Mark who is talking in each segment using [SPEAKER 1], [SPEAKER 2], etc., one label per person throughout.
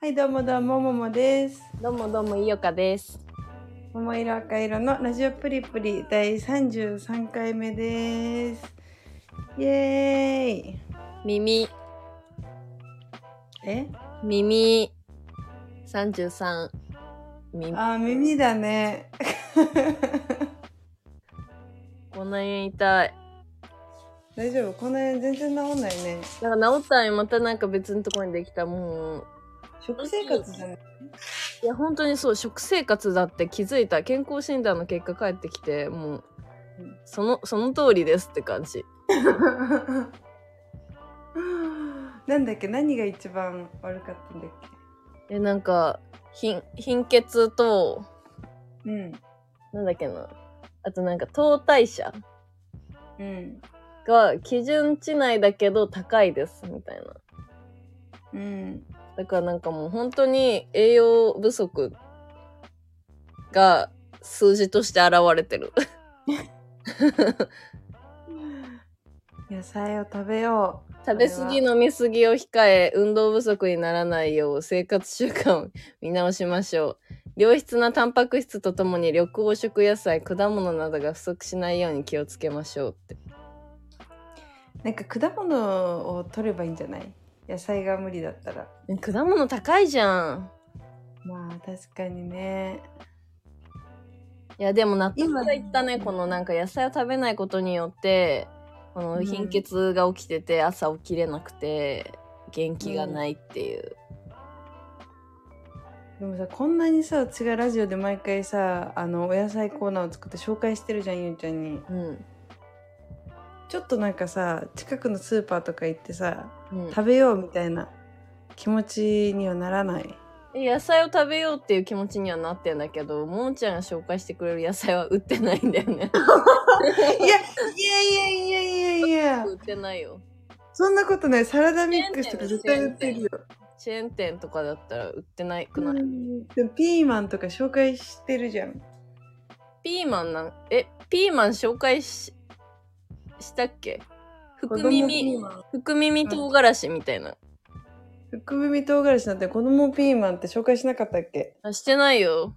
[SPEAKER 1] はい、どうもどうも、ももです。
[SPEAKER 2] どうもどうも、いよかです。
[SPEAKER 1] 桃色赤色のラジオプリプリ第33回目です。イエーイ
[SPEAKER 2] 耳、
[SPEAKER 1] え
[SPEAKER 2] 耳、33、耳。
[SPEAKER 1] あー、耳だね。
[SPEAKER 2] この辺痛い。
[SPEAKER 1] 大丈夫この辺全然治んないね。
[SPEAKER 2] なんか治ったらまたなんか別のところにできた。もう、
[SPEAKER 1] 食生活じゃない
[SPEAKER 2] いや本当にそう、食生活だって気づいた。健康診断の結果返ってきて、もう
[SPEAKER 1] うん、
[SPEAKER 2] その、その通りですって感じ。
[SPEAKER 1] なんだっけ何が一番悪かったんだっ
[SPEAKER 2] え、なんか、貧、貧血と、
[SPEAKER 1] けうん。
[SPEAKER 2] なんだっけな。あとなんか、糖代謝
[SPEAKER 1] うん。
[SPEAKER 2] が基準値内だけど高いです、みたいな。
[SPEAKER 1] うん。
[SPEAKER 2] だからなんかもう本当に栄養不足が数字として現れて る。
[SPEAKER 1] 野菜を食べよう。
[SPEAKER 2] 食べ過ぎ飲み過ぎを控え、運動不足にならないよう生活習慣を見直しましょう。良質なタンパク質とともに緑黄色野菜、果物などが不足しないように気をつけましょうって。
[SPEAKER 1] なんか果物を取ればいいんじゃない野菜が無理だったら。
[SPEAKER 2] ね果物高いじゃん。
[SPEAKER 1] まあ確かにね。
[SPEAKER 2] いやでも納得がいったね、
[SPEAKER 1] 今ね
[SPEAKER 2] このなんか野菜を食べないことによってこの貧血が起きてて、朝起きれなくて元気がないっていう、
[SPEAKER 1] でもさこんなにさうちがラジオで毎回さあのお野菜コーナーを作って紹介してるじゃんゆうちゃんに。
[SPEAKER 2] うん
[SPEAKER 1] ちょっとなんかさ近くのスーパーとか行ってさ
[SPEAKER 2] うん
[SPEAKER 1] 食べようみたいな気持ちにはならない。
[SPEAKER 2] え野菜を食べようっていう気持ちにはなってんだけどももちゃんが紹介してくれる野菜は売ってないんだよ ね
[SPEAKER 1] いやいやいやいやいやいや
[SPEAKER 2] 売ってないよ
[SPEAKER 1] そんなことないサラダミックスとか絶対売ってるよ。
[SPEAKER 2] チェーン店とかだったら売ってないく
[SPEAKER 1] う
[SPEAKER 2] ない、
[SPEAKER 1] んでもピーマンとか紹介してるじゃん。
[SPEAKER 2] ピーマンなんえピーマン紹介ししたっけ
[SPEAKER 1] 子
[SPEAKER 2] 福
[SPEAKER 1] 供ピー
[SPEAKER 2] 耳
[SPEAKER 1] マン。
[SPEAKER 2] 福耳唐辛子みたいな、
[SPEAKER 1] 福耳唐辛子なんて子供ピーマンって紹介しなかったっけ
[SPEAKER 2] あしてないよ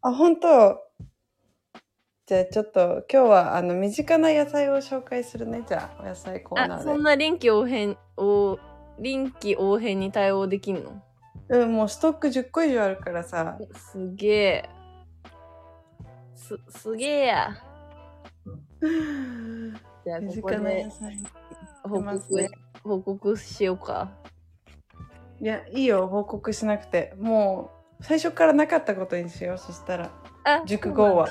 [SPEAKER 1] あ、本当。じゃあちょっと今日はあの身近な野菜を紹介するね。じゃあお野菜コーナ
[SPEAKER 2] あそん
[SPEAKER 1] ーで。
[SPEAKER 2] な臨機応変を臨機応変に対応できんの
[SPEAKER 1] うん、もうストック10個以上あるから さ。
[SPEAKER 2] すげえすすげえや
[SPEAKER 1] 身
[SPEAKER 2] じゃあここ
[SPEAKER 1] 近な
[SPEAKER 2] で
[SPEAKER 1] 野菜。
[SPEAKER 2] 報
[SPEAKER 1] ま
[SPEAKER 2] 告
[SPEAKER 1] すね
[SPEAKER 2] 報告しようか
[SPEAKER 1] いや、いいよ、報告しなくて。もう最初からなかったことにしよう。そしたら、
[SPEAKER 2] あ
[SPEAKER 1] 熟語は。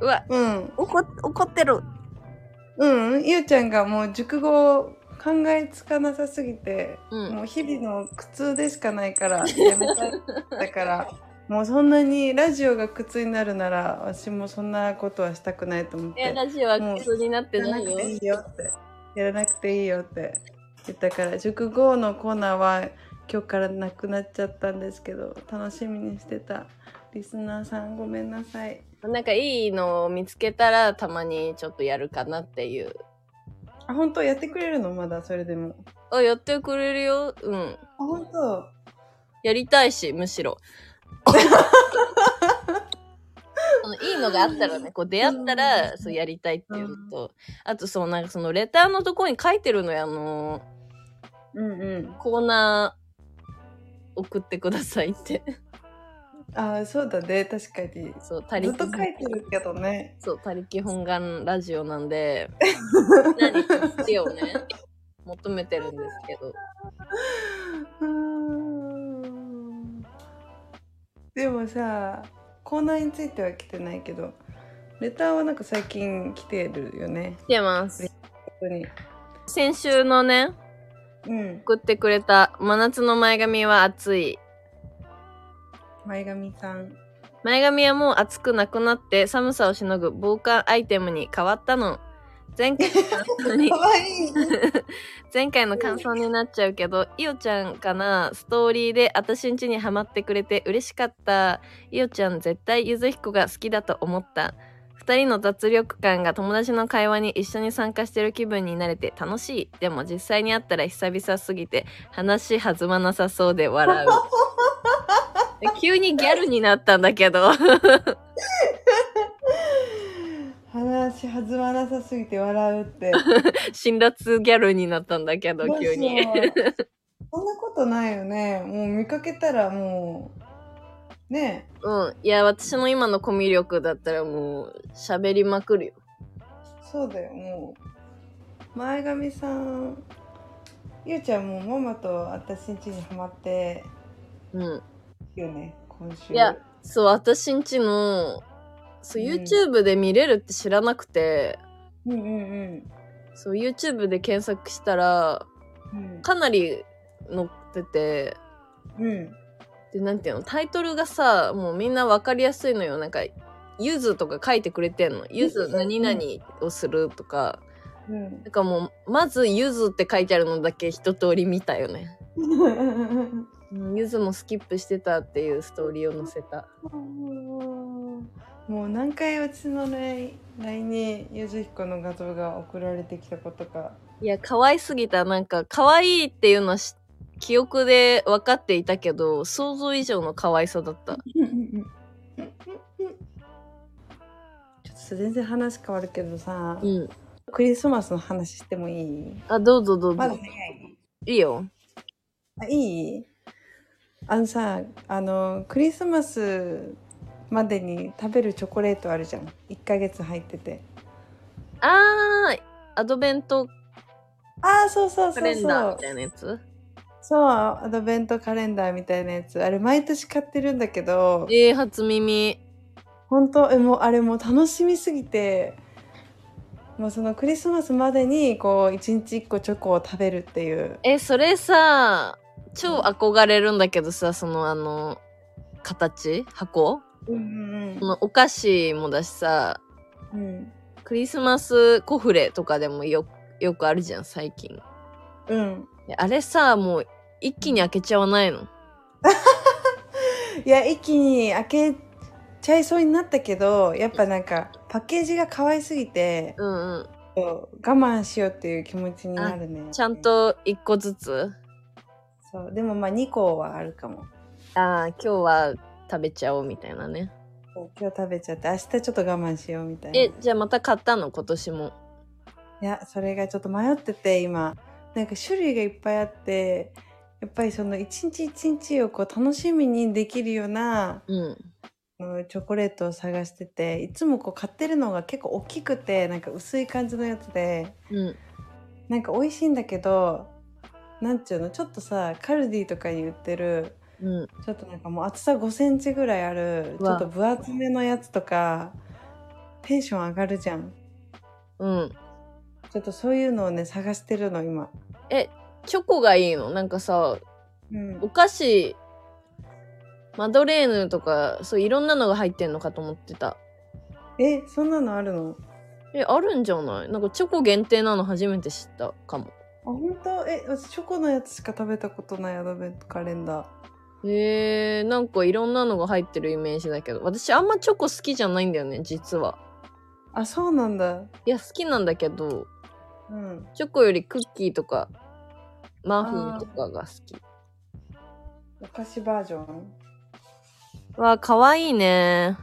[SPEAKER 2] うわ
[SPEAKER 1] うん。
[SPEAKER 2] 怒っ怒ってる
[SPEAKER 1] うん、ゆうちゃんがもう熟語を考えつかなさすぎて、
[SPEAKER 2] うん
[SPEAKER 1] もう日々の苦痛でしかないからやめたいだ からもうそんなにラジオが苦痛になるなら私もそんなことはしたくないと思っ
[SPEAKER 2] い
[SPEAKER 1] て
[SPEAKER 2] や
[SPEAKER 1] や
[SPEAKER 2] ラジオは苦痛になって
[SPEAKER 1] ら
[SPEAKER 2] な
[SPEAKER 1] ないく
[SPEAKER 2] よ
[SPEAKER 1] ていいよってやらなくていいよって言ったから熟語のコーナーは今日からなくなっちゃったんですけど楽しみにしてたリスナーさんごめんなさい
[SPEAKER 2] なんかいいのを見つけたらたまにちょっとやるかなっていう
[SPEAKER 1] あ本当やってくれるのまだそれでも
[SPEAKER 2] あやってくれるよう
[SPEAKER 1] あ
[SPEAKER 2] ん
[SPEAKER 1] 本当
[SPEAKER 2] やりたいしむ しろそのいいのがあったらねこう出会ったら、
[SPEAKER 1] うん
[SPEAKER 2] そうやりたいっていうのと、あとそうなんかそのレターのとこに書いてるのよあの
[SPEAKER 1] うんうん
[SPEAKER 2] コーナー送ってくださいって
[SPEAKER 1] あーそうだね確かに
[SPEAKER 2] そう他
[SPEAKER 1] ずっ
[SPEAKER 2] 力
[SPEAKER 1] と書いてるけどね
[SPEAKER 2] そう他力本願ラジオな んでみんなに知恵をね求めてるんです けど
[SPEAKER 1] うーん でもさコーナーについては来てないけどレターはなんか最近来てるよね
[SPEAKER 2] 来てます
[SPEAKER 1] 本当に
[SPEAKER 2] 先週のね
[SPEAKER 1] うん
[SPEAKER 2] 送ってくれた「真夏の前髪は熱い」
[SPEAKER 1] 前髪さん
[SPEAKER 2] 前髪はもう暑くなくなって寒さをしのぐ防寒アイテムに変わったの前回の感 想に
[SPEAKER 1] かわいい
[SPEAKER 2] 前回の感想になっちゃうけどいおちゃんかなストーリーで私ん家にハマってくれて嬉しかったいおちゃん絶対ゆずひこが好きだと思った2人の脱力感が友達の会話に一緒に参加してる気分になれて楽しいでも実際に会ったら久々すぎて話弾まなさそうで笑う急にギャルになったんだけど
[SPEAKER 1] 話弾まなさすぎて笑うって
[SPEAKER 2] 辛辣ギャルになったんだけど急 に
[SPEAKER 1] どうしようそんなことないよねもう見かけたらもうね
[SPEAKER 2] うんいや私の今のコミュ力だったらもう喋りまくるよ
[SPEAKER 1] えそうだよもう前髪さんゆうちゃんもママと私んちにハマって
[SPEAKER 2] うん
[SPEAKER 1] よね今週
[SPEAKER 2] いやそう私んちのそう
[SPEAKER 1] うん
[SPEAKER 2] YouTube で見れるって知らなくて、
[SPEAKER 1] うんうん
[SPEAKER 2] そう YouTube で検索したら
[SPEAKER 1] うん
[SPEAKER 2] かなり載ってて
[SPEAKER 1] うんうん
[SPEAKER 2] でなんていうのタイトルがさもうみんな分かりやすいのよなんか「ゆず」とか書いてくれてんの「ゆず何々をする」とか
[SPEAKER 1] うん
[SPEAKER 2] なんかもうまず「ゆず」って書いてあるのだけ一通り見たよね。
[SPEAKER 1] うん
[SPEAKER 2] うんゆずもスキップしてたっていうストーリーを載せた。
[SPEAKER 1] もう何回うちの LINE にゆずひこの画像が送られてきたことか
[SPEAKER 2] いや、可愛すぎた。なんか、可愛いっていうのはし記憶で分かっていたけど、想像以上の可愛さだった。
[SPEAKER 1] ちょっとさ全然話変わるけどさ、
[SPEAKER 2] うん。
[SPEAKER 1] クリスマスの話してもいい
[SPEAKER 2] あ、どうぞどうぞ。
[SPEAKER 1] まだ早い
[SPEAKER 2] いいよ。
[SPEAKER 1] あいいあのさあのクリスマスまでに食べるチョコレートあるじゃん1ヶ月入ってて
[SPEAKER 2] あー、アドベント
[SPEAKER 1] ああそうそう
[SPEAKER 2] カ
[SPEAKER 1] そ
[SPEAKER 2] レ
[SPEAKER 1] う
[SPEAKER 2] ン
[SPEAKER 1] そ
[SPEAKER 2] ダーみ
[SPEAKER 1] う
[SPEAKER 2] たいなやつ
[SPEAKER 1] そうアドベントカレンダーみたいなやつあれ毎年買ってるんだけど
[SPEAKER 2] えー、初耳。
[SPEAKER 1] 本当えもうあれもう楽しみすぎてもうそのクリスマスまでにこう一日一個チョコを食べるっていう
[SPEAKER 2] え、それさ、超憧れるんだけどさ、そのあの、形箱
[SPEAKER 1] うん
[SPEAKER 2] そのお菓子もだしさ、
[SPEAKER 1] うんうん
[SPEAKER 2] クリスマスコフレとかでもよよくあるじゃん、最近。
[SPEAKER 1] うん
[SPEAKER 2] であれさ、もう一気に開けちゃわないの
[SPEAKER 1] いや一気に開けちゃいそうになったけどやっぱなんかパッケージが可愛すぎて
[SPEAKER 2] うんう
[SPEAKER 1] 我慢しようっていう気持ちになるね
[SPEAKER 2] ん。ちゃんと一個ずつ。
[SPEAKER 1] そうでもまあ2個はあるかも
[SPEAKER 2] ああ、今日は食べちゃおうみたいなね。
[SPEAKER 1] そう今日食べちゃって明日ちょっと我慢しようみたいな
[SPEAKER 2] え、じゃあまた買ったの今年も。
[SPEAKER 1] いやそれがちょっと迷ってて今なんか種類がいっぱいあってやっぱりその一日一日をこう楽しみにできるような
[SPEAKER 2] うん。
[SPEAKER 1] うんチョコレートを探してていつもこう買ってるのが結構大きくてなんか薄い感じのやつで
[SPEAKER 2] うん。
[SPEAKER 1] なんか美味しいんだけどなんちゅうのちょっとさカルディとかに売ってる
[SPEAKER 2] うん。
[SPEAKER 1] ちょっとなんかもう厚さ5センチぐらいあるち
[SPEAKER 2] う
[SPEAKER 1] ょ
[SPEAKER 2] わ
[SPEAKER 1] っと分厚めのやつとかテンション上がるじゃん
[SPEAKER 2] うん。
[SPEAKER 1] ちょっとそういうのをね探してるの今。
[SPEAKER 2] チョコがいいのなんかさ、
[SPEAKER 1] うん
[SPEAKER 2] お菓子、マドレーヌとか、そういろんなのが入ってんのかと思ってた。
[SPEAKER 1] えそんなのあるの
[SPEAKER 2] え、あるんじゃないなんかチョコ限定なの初めて知ったかも。
[SPEAKER 1] あ本当え私チョコのやつしか食べたことないアドベントカレンダー
[SPEAKER 2] へえー、なんかいろんなのが入ってるイメージだけど、私あんまチョコ好きじゃないんだよね、実は。
[SPEAKER 1] あそうなんだ
[SPEAKER 2] いや、好きなんだけど、
[SPEAKER 1] うん
[SPEAKER 2] チョコよりクッキーとか、マフィンとかが好き。
[SPEAKER 1] お菓子バージョン
[SPEAKER 2] わあ、かわいいね。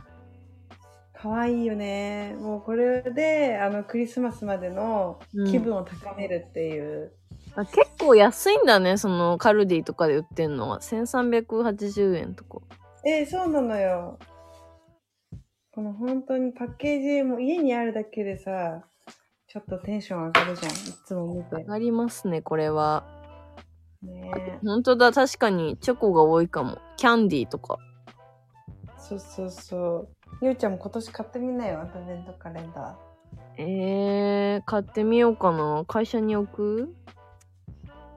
[SPEAKER 1] かわいいよねもうこれであのクリスマスまでの気分を高めるっていう、
[SPEAKER 2] あ結構安いんだね、そのカルディとかで売ってんのは。1380円とか。
[SPEAKER 1] えそうなのよこの本当にパッケージも家にあるだけでさちょっとテンション上がるじゃんいつも見
[SPEAKER 2] 上
[SPEAKER 1] て
[SPEAKER 2] がりますね、これは。
[SPEAKER 1] ね
[SPEAKER 2] ほんとだ、確かにチョコが多いかも。キャンディーとか。
[SPEAKER 1] そうそうそうゆうちゃんも今年買ってみなよアドベントカレンダー
[SPEAKER 2] えー、買ってみようかな。会社に置く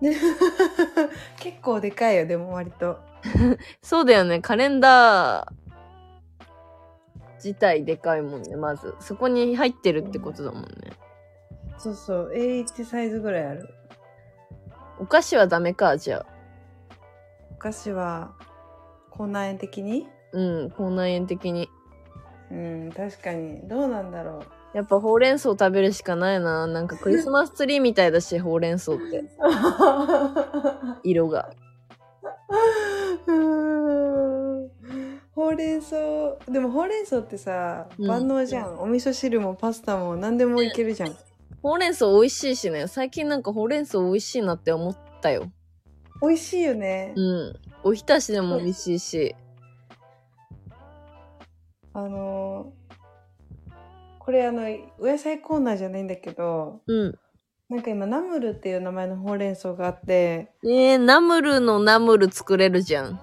[SPEAKER 1] ね 結構でかいよでも割と
[SPEAKER 2] そうだよね、カレンダー自体でかいもんね、まず。そこに入ってるってことだもんね。
[SPEAKER 1] そうそう A1 サイズぐらいある
[SPEAKER 2] お菓子はダメか、じゃあ。
[SPEAKER 1] お菓子は口内炎的に
[SPEAKER 2] うん、口内炎的に。
[SPEAKER 1] うん確かにどうなんだろ
[SPEAKER 2] やっぱほうれん草食べるしかないな。なんかクリスマスツリーみたいだし、ほうれん草って。
[SPEAKER 1] う
[SPEAKER 2] 色が。
[SPEAKER 1] うーん ほうれん草でもほうれん草ってさ
[SPEAKER 2] うん
[SPEAKER 1] 万能じゃん、お味噌汁もパスタも何でもいけるじゃん、
[SPEAKER 2] ほうれん草美味しいしね最近なんかほうれん草美味しいなって思ったよ
[SPEAKER 1] 美味しいよね、
[SPEAKER 2] うんおひたしでも美味しいし、
[SPEAKER 1] あのこれあのお野菜コーナーじゃないんだけど
[SPEAKER 2] うん
[SPEAKER 1] なんか今ナムルっていう名前のほうれん草があって
[SPEAKER 2] えー、ナムルのナムル作れるじゃん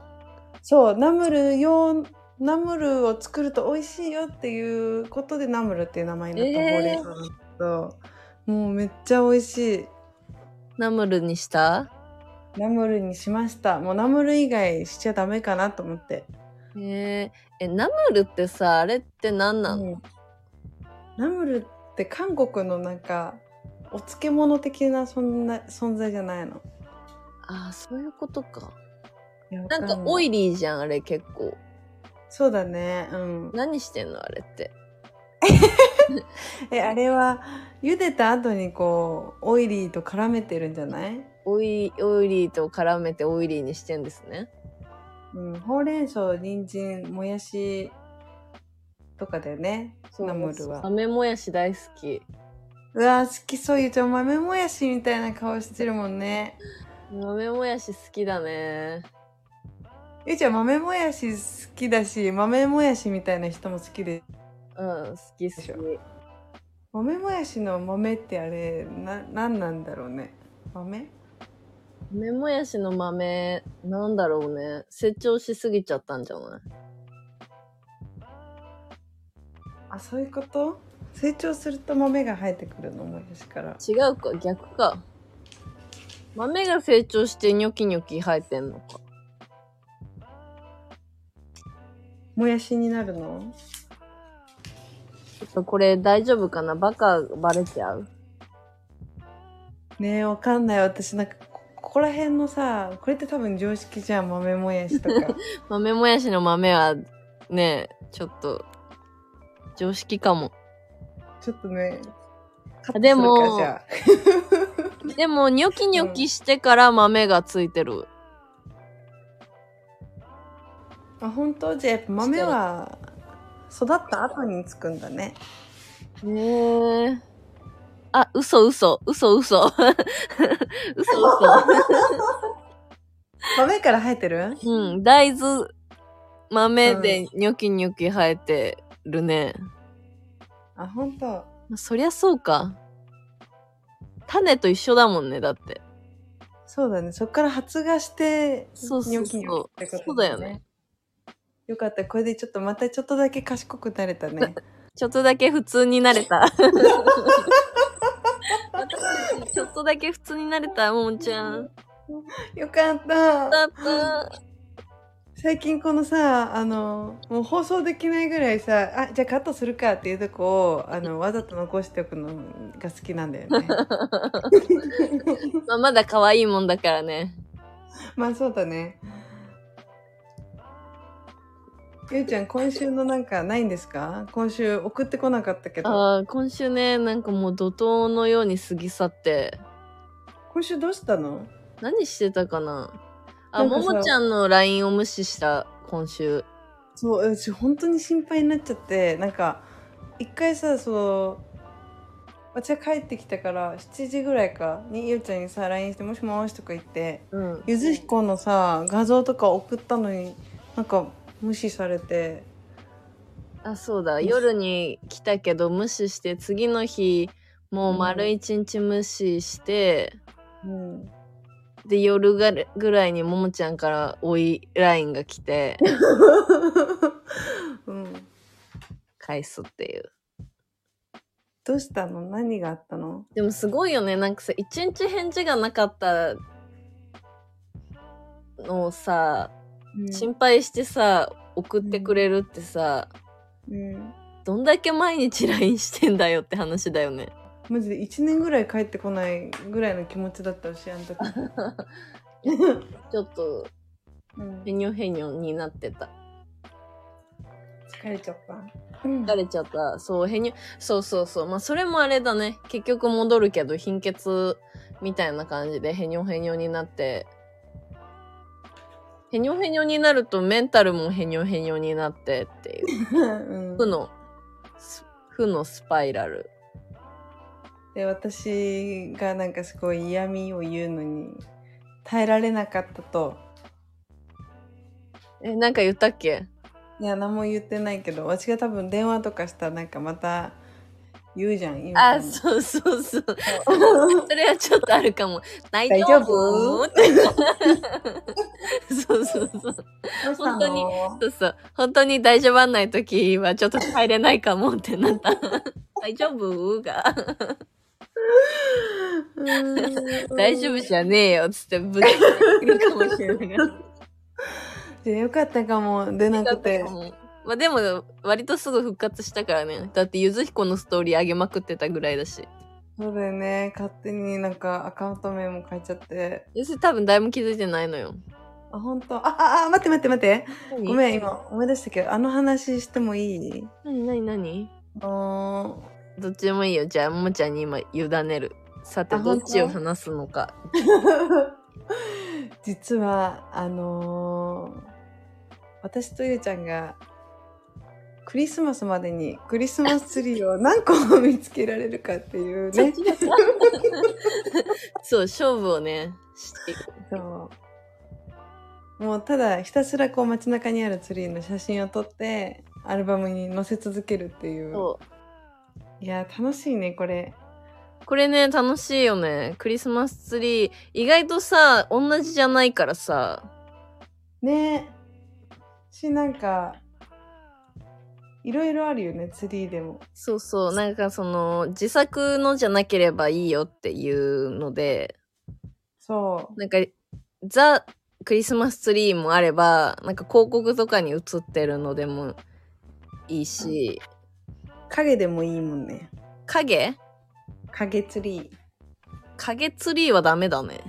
[SPEAKER 1] そうナムル用ナムルを作ると美味しいよっていうことでナムルっていう名前になったほうれん草なんだけど、もうめっちゃ美味しい
[SPEAKER 2] ナムルにした
[SPEAKER 1] ナムルにしましたもうナムル以外しちゃダメかなと思って
[SPEAKER 2] えー、えナムルってさあれって何なの、
[SPEAKER 1] うんナムルって韓国のなんかお漬物的な存在存在じゃないの
[SPEAKER 2] ああそういうことか
[SPEAKER 1] いやわ
[SPEAKER 2] なんか
[SPEAKER 1] い
[SPEAKER 2] オイリーじゃんあれ結構
[SPEAKER 1] そうだねうん
[SPEAKER 2] 何してんのあれって
[SPEAKER 1] えあれは茹でた後にこうオイリーと絡めてるんじゃない
[SPEAKER 2] オイオイリーと絡めてオイリーにしてんですね
[SPEAKER 1] うん、ほうれん草、人参、もやしとかだよね。
[SPEAKER 2] そう
[SPEAKER 1] ナムルは
[SPEAKER 2] 豆もやし大好き
[SPEAKER 1] うわー、好きそうゆうちゃん、豆もやしみたいな顔してるもんね。
[SPEAKER 2] 豆もやし好きだね
[SPEAKER 1] ゆうちゃん、豆もやし好きだし、豆もやしみたいな人も好きで。
[SPEAKER 2] うん好
[SPEAKER 1] で
[SPEAKER 2] き好き
[SPEAKER 1] しょ豆もやしの豆ってあれ、な、なんなんだろうね。豆
[SPEAKER 2] 豆もやしの豆なんだろうね成長しすぎちゃったんじゃない
[SPEAKER 1] あ、そういうこと成長すると豆が生えてくるの、もやしから。
[SPEAKER 2] 違うか逆か豆が成長してニョキニョキ生えてんのか
[SPEAKER 1] もやしになるの
[SPEAKER 2] ちょっとこれ大丈夫かなバカバレちゃう
[SPEAKER 1] ねえ、わかんない。私なんか、こここら辺のさ、これって多分常識じゃん、豆もやしと か。
[SPEAKER 2] 豆もやしの豆はねちょっと常識かも
[SPEAKER 1] ちょっとね。
[SPEAKER 2] あでも
[SPEAKER 1] カットするかじゃあ
[SPEAKER 2] でもニョキニョキしてから豆がついてる、
[SPEAKER 1] あ本当じゃあやっぱ豆は育った後につくんだね。
[SPEAKER 2] へえあ嘘嘘嘘 嘘嘘嘘
[SPEAKER 1] 豆から生えてる？
[SPEAKER 2] うん大豆豆でニョキニョキ生えてるね、
[SPEAKER 1] あ本当。
[SPEAKER 2] まあそりゃそうか種と一緒だもんねだって
[SPEAKER 1] そうだね。そっから発芽して
[SPEAKER 2] そうそう
[SPEAKER 1] ニ
[SPEAKER 2] そう
[SPEAKER 1] ョキニョキってこと
[SPEAKER 2] そうだよね。
[SPEAKER 1] よかった。これでちょっとまたちょっとだけ賢くなれた ね。
[SPEAKER 2] ちょっとだけ普通になれた。ちょっとだけ普通になれた、もんちゃん。よ
[SPEAKER 1] よかった。
[SPEAKER 2] かった。
[SPEAKER 1] 最近このさ、あの、もう放送できないぐらいさ、あ、じゃあカットするかっていうとこを、あ の、わざと残しておくのが好きなんだよね。
[SPEAKER 2] まあ、まだ可愛いもんだからね。
[SPEAKER 1] まあそうだね。ゆうちゃん、今週のなんかないんですか今週送ってこなかったけど。
[SPEAKER 2] ああ、今週ね、なんかもう怒涛のように過ぎ去って。
[SPEAKER 1] 今週どうしたの
[SPEAKER 2] 何してたかなあ、
[SPEAKER 1] なん
[SPEAKER 2] も
[SPEAKER 1] かさ
[SPEAKER 2] もちゃんの LINE を無視した、今週。
[SPEAKER 1] そう、私本当に心配になっちゃって、なんか、一回さ、その、私は帰ってきたから、7時ぐらいかにゆうちゃんにさ、LINE して、もしもしとか言って、
[SPEAKER 2] うん。
[SPEAKER 1] ゆずひこのさ、画像とか送ったのに、なんか無視されて、
[SPEAKER 2] あ、そうだ。夜に来たけど無視して、次の日、もう丸一日無視して、
[SPEAKER 1] うん。
[SPEAKER 2] で夜がぐらいにももちゃんからおい LINE が 来て
[SPEAKER 1] うん。
[SPEAKER 2] 返すっていう
[SPEAKER 1] どうしたの何があったの
[SPEAKER 2] でもすごいよねなんかさ一日返事がなかったのをさ心配してさ送ってくれるってさ、
[SPEAKER 1] うん。
[SPEAKER 2] どんだけ毎日 LINE してんだよって話だよね
[SPEAKER 1] マジで1年ぐらい帰ってこないぐらいの気持ちだったしあの時、
[SPEAKER 2] ちょっと
[SPEAKER 1] うん
[SPEAKER 2] へにょへにょになってた
[SPEAKER 1] 疲れちゃった、
[SPEAKER 2] 疲れちゃったそうへにょそうそうそうまあそれもあれだね結局戻るけど貧血みたいな感じでへにょへにょになってへにょへにょになるとメンタルもへにょへにょになってっていう
[SPEAKER 1] うん
[SPEAKER 2] 負のす負のスパイラル
[SPEAKER 1] で私がなんかすごい嫌味を言うのに耐えられなかったと
[SPEAKER 2] えなんか言ったっけ
[SPEAKER 1] いや何も言ってないけど私が多分電話とかしたらなんかまた言うじゃん言うじゃん
[SPEAKER 2] あそうそうそ
[SPEAKER 1] そ
[SPEAKER 2] う
[SPEAKER 1] う
[SPEAKER 2] それはちょっとあるかも大
[SPEAKER 1] 大
[SPEAKER 2] 丈
[SPEAKER 1] 丈
[SPEAKER 2] 夫
[SPEAKER 1] 夫
[SPEAKER 2] そうそうそう
[SPEAKER 1] どうしたの
[SPEAKER 2] 本当にそうそう本当に大丈夫あんない時はちょっと帰れないかもってなった 大丈夫が
[SPEAKER 1] うーん
[SPEAKER 2] 大丈夫じゃねえよっつってぶつけるかもしれないから
[SPEAKER 1] じゃあよかったかも出なくて
[SPEAKER 2] まあでも割とすぐ復活したからねだってゆずひこのストーリー上げまくってたぐらいだし
[SPEAKER 1] そうだよね勝手になんかアカウント名も変えちゃって
[SPEAKER 2] ゆず多分誰も気づいてないのよ
[SPEAKER 1] あ本当あああ待って待って待ってごめん
[SPEAKER 2] な
[SPEAKER 1] 今思い出したけどあの話してもいい
[SPEAKER 2] 何何何
[SPEAKER 1] あの
[SPEAKER 2] どっちでもいいよじゃあももちゃんに今委ねるさて
[SPEAKER 1] あ
[SPEAKER 2] どっちを
[SPEAKER 1] 本当
[SPEAKER 2] 話すのか
[SPEAKER 1] 実はあのー私とゆうちゃんがクリスマスまでにクリスマスツリーを何個見つけられるかっていうね
[SPEAKER 2] そう勝負をねしていく
[SPEAKER 1] そうもうただひたすらこう街中にあるツリーの写真を撮ってアルバムに載せ続けるっていう
[SPEAKER 2] そう
[SPEAKER 1] いやー楽しいねこれ
[SPEAKER 2] これね楽しいよねクリスマスツリー意外とさ同じじゃないからさ
[SPEAKER 1] ねしなんかいろいろあるよねツリーでも
[SPEAKER 2] そうそうなんかその自作のじゃなければいいよっていうので
[SPEAKER 1] そう
[SPEAKER 2] なんかザ・クリスマスツリーもあればなんか広告とかに映ってるのでもいいし
[SPEAKER 1] 影でもいいもんね
[SPEAKER 2] 影
[SPEAKER 1] 影ツリー
[SPEAKER 2] 影ツリーはダメだね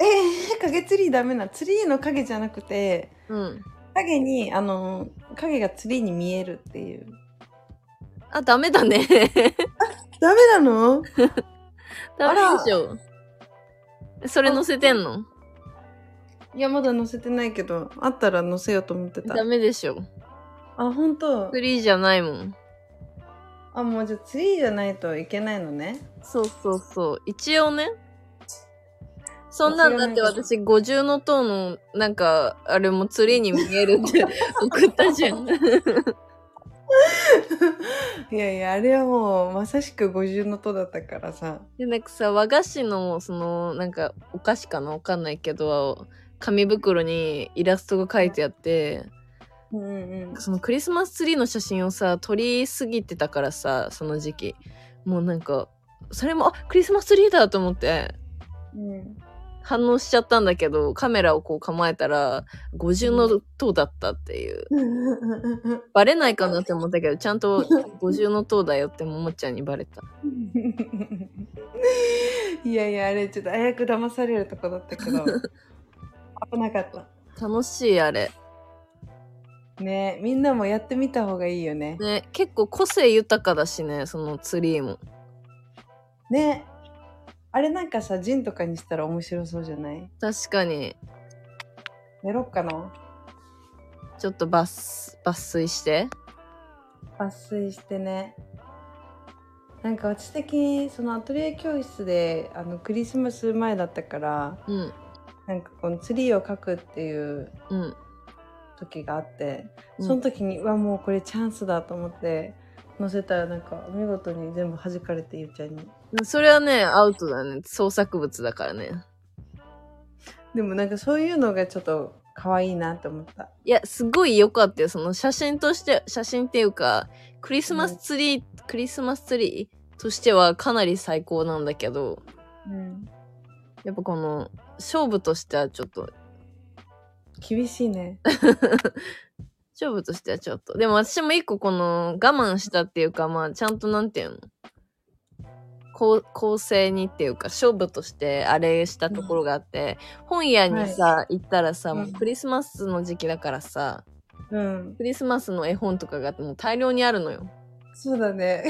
[SPEAKER 1] えー、影ツリーダメなツリーの影じゃなくて
[SPEAKER 2] うん
[SPEAKER 1] 影にあの影がツリーに見えるっていう
[SPEAKER 2] あダメだね
[SPEAKER 1] ダメなの
[SPEAKER 2] ダメでしょそれ載せてんの
[SPEAKER 1] いやまだ載せてないけどあったら載せようと思ってた
[SPEAKER 2] ダメでしょ
[SPEAKER 1] あ本当
[SPEAKER 2] ツリーじゃないもん
[SPEAKER 1] あもうじゃあツリーじゃないといけないのね
[SPEAKER 2] そうそうそう一応ねそんなんだって私五重の塔のなんかあれもツリーに見えるって 送ったじゃん
[SPEAKER 1] いやいやあれはもうまさしく五重の塔だったからさ
[SPEAKER 2] でなんかさ和菓子のそのなんかお菓子かなわかんないけど紙袋にイラストが書いてあって
[SPEAKER 1] うんうん
[SPEAKER 2] そのクリスマスツリーの写真をさ撮りすぎてたからさその時期もうなんかそれもあクリスマスツリーだと思って
[SPEAKER 1] うん
[SPEAKER 2] 反応しちゃったんだけどカメラをこう構えたら五重の塔だったっていうバレないかなって思ったけどちゃんと五重の塔だよってももちゃんにバレた
[SPEAKER 1] いやいやあれちょっと危うく騙されるとこだったけど危なかった
[SPEAKER 2] 楽しいあれ
[SPEAKER 1] ねみんなもやってみた方がいいよね
[SPEAKER 2] ね結構個性豊かだしねそのツリーも
[SPEAKER 1] ねあれなんかさジンとかにしたら面白そうじゃない
[SPEAKER 2] 確かに
[SPEAKER 1] やろっかな
[SPEAKER 2] ちょっと抜粋抜粋して
[SPEAKER 1] 抜粋してねなんか私的にそのアトリエ教室であのクリスマス前だったから
[SPEAKER 2] うん
[SPEAKER 1] なんかこのツリーを描くっていう
[SPEAKER 2] うん
[SPEAKER 1] 時があって
[SPEAKER 2] うん
[SPEAKER 1] その時に、うわもうこれチャンスだと思って載せたらなんか見事に全部弾かれてゆうちゃんに
[SPEAKER 2] それはねアウトだね創作物だからね
[SPEAKER 1] でもなんかそういうのがちょっと可愛いなって思った
[SPEAKER 2] いや、すごい良かったよ。その写真として、写真っていうか、クリスマスツリー、クリスマスツリーとしてはかなり最高なんだけど、
[SPEAKER 1] うん
[SPEAKER 2] やっぱこの、勝負としてはちょっと、
[SPEAKER 1] 厳しいね
[SPEAKER 2] 勝負としてはちょっと。でも私も一個この、我慢したっていうか、まあ、ちゃんとなんていうのこう構成にっていうか、勝負としてあれしたところがあって、本屋にさ、行ったらさ、もううんクリスマスの時期だからさ、
[SPEAKER 1] うん
[SPEAKER 2] クリスマスの絵本とかがあってもう大量にあるのよ。
[SPEAKER 1] そうだ ね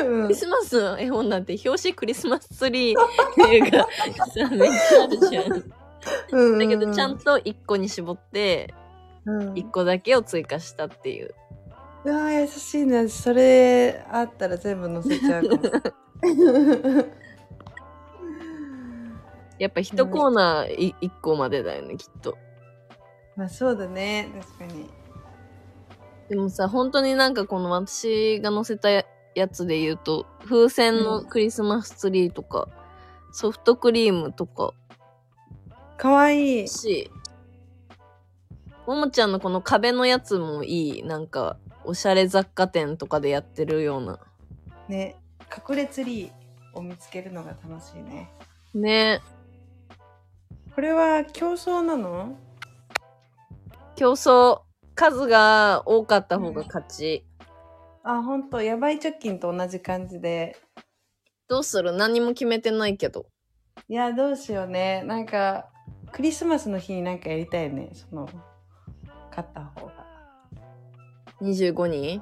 [SPEAKER 1] う
[SPEAKER 2] ク
[SPEAKER 1] ん
[SPEAKER 2] リスマスの絵本なんて表紙クリスマスツリーっていうかさめっちゃあるじゃん。
[SPEAKER 1] うん
[SPEAKER 2] だけどちゃんと1個に絞って
[SPEAKER 1] うん
[SPEAKER 2] 1個だけを追加したっていう
[SPEAKER 1] うわー優しいなそれあったら全部載せちゃう かも
[SPEAKER 2] やっぱ1コーナー1個までだよねきっと
[SPEAKER 1] まあそうだね確かに
[SPEAKER 2] でもさ本当になんかこの私が載せたやつで言うと風船のクリスマスツリーとか、ソフトクリームとか
[SPEAKER 1] かわいい
[SPEAKER 2] しももちゃんのこの壁のやつもいいなんかおしゃれ雑貨店とかでやってるような
[SPEAKER 1] ね隠れツリーを見つけるのが楽しいね
[SPEAKER 2] ね
[SPEAKER 1] これは競争なの
[SPEAKER 2] 競争数が多かった方が勝ち、
[SPEAKER 1] あほんとやばい貯金と同じ感じで
[SPEAKER 2] どうする何も決めてないけど
[SPEAKER 1] いやどうしようねなんかクリスマスの日になんかやりたいねその勝った方が
[SPEAKER 2] 25人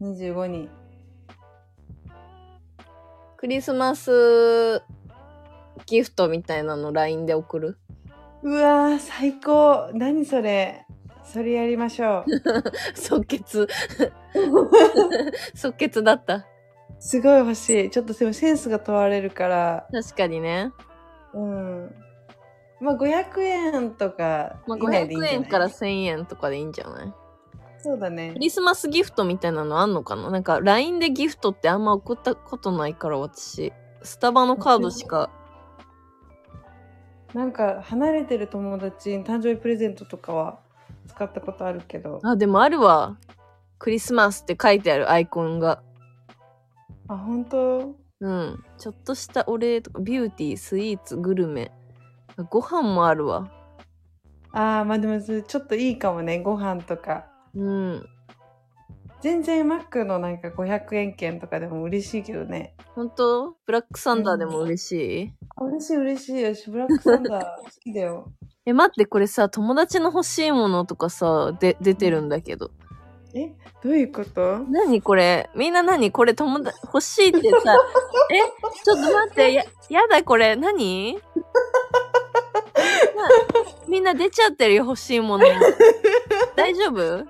[SPEAKER 1] 25人
[SPEAKER 2] クリスマスギフトみたいなの LINE で送る
[SPEAKER 1] うわー最高何それそれやりましょう
[SPEAKER 2] 即決即決だった
[SPEAKER 1] すごい欲しいちょっとでもセンスが問われるから
[SPEAKER 2] 確かにね、
[SPEAKER 1] うんまあ500円とか
[SPEAKER 2] まあ、
[SPEAKER 1] 以内でいいん
[SPEAKER 2] 500
[SPEAKER 1] じゃ
[SPEAKER 2] 円
[SPEAKER 1] ない
[SPEAKER 2] から1000円とかでいいんじゃない
[SPEAKER 1] そうだね
[SPEAKER 2] クリスマスギフトみたいなのあんのかななんか LINE でギフトってあんま送ったことないから私スタバのカードしか
[SPEAKER 1] なんか離れてる友達に誕生日プレゼントとかは使ったことあるけど
[SPEAKER 2] あでもあるわクリスマスって書いてあるアイコンが
[SPEAKER 1] あ本当
[SPEAKER 2] うんちょっとしたお礼とかビューティースイーツグルメご飯もあるわ
[SPEAKER 1] ああまあでもそれちょっといいかもねご飯とか
[SPEAKER 2] うん
[SPEAKER 1] 全然マックのなんか500円券とかでも嬉しいけどね
[SPEAKER 2] 本当ブラックサンダーでも嬉しい、
[SPEAKER 1] あ嬉しい嬉しいよしブラックサンダー 好きだよ
[SPEAKER 2] え、待って、これさ、友達の欲しいものとかさ、で、出てるんだけど。
[SPEAKER 1] えどういうこと
[SPEAKER 2] 何これみんな何これ友達、欲しいってさ、 え、ちょっと待って、や、やだこれ、何 なみんな出ちゃってるよ、欲しいもの。大丈夫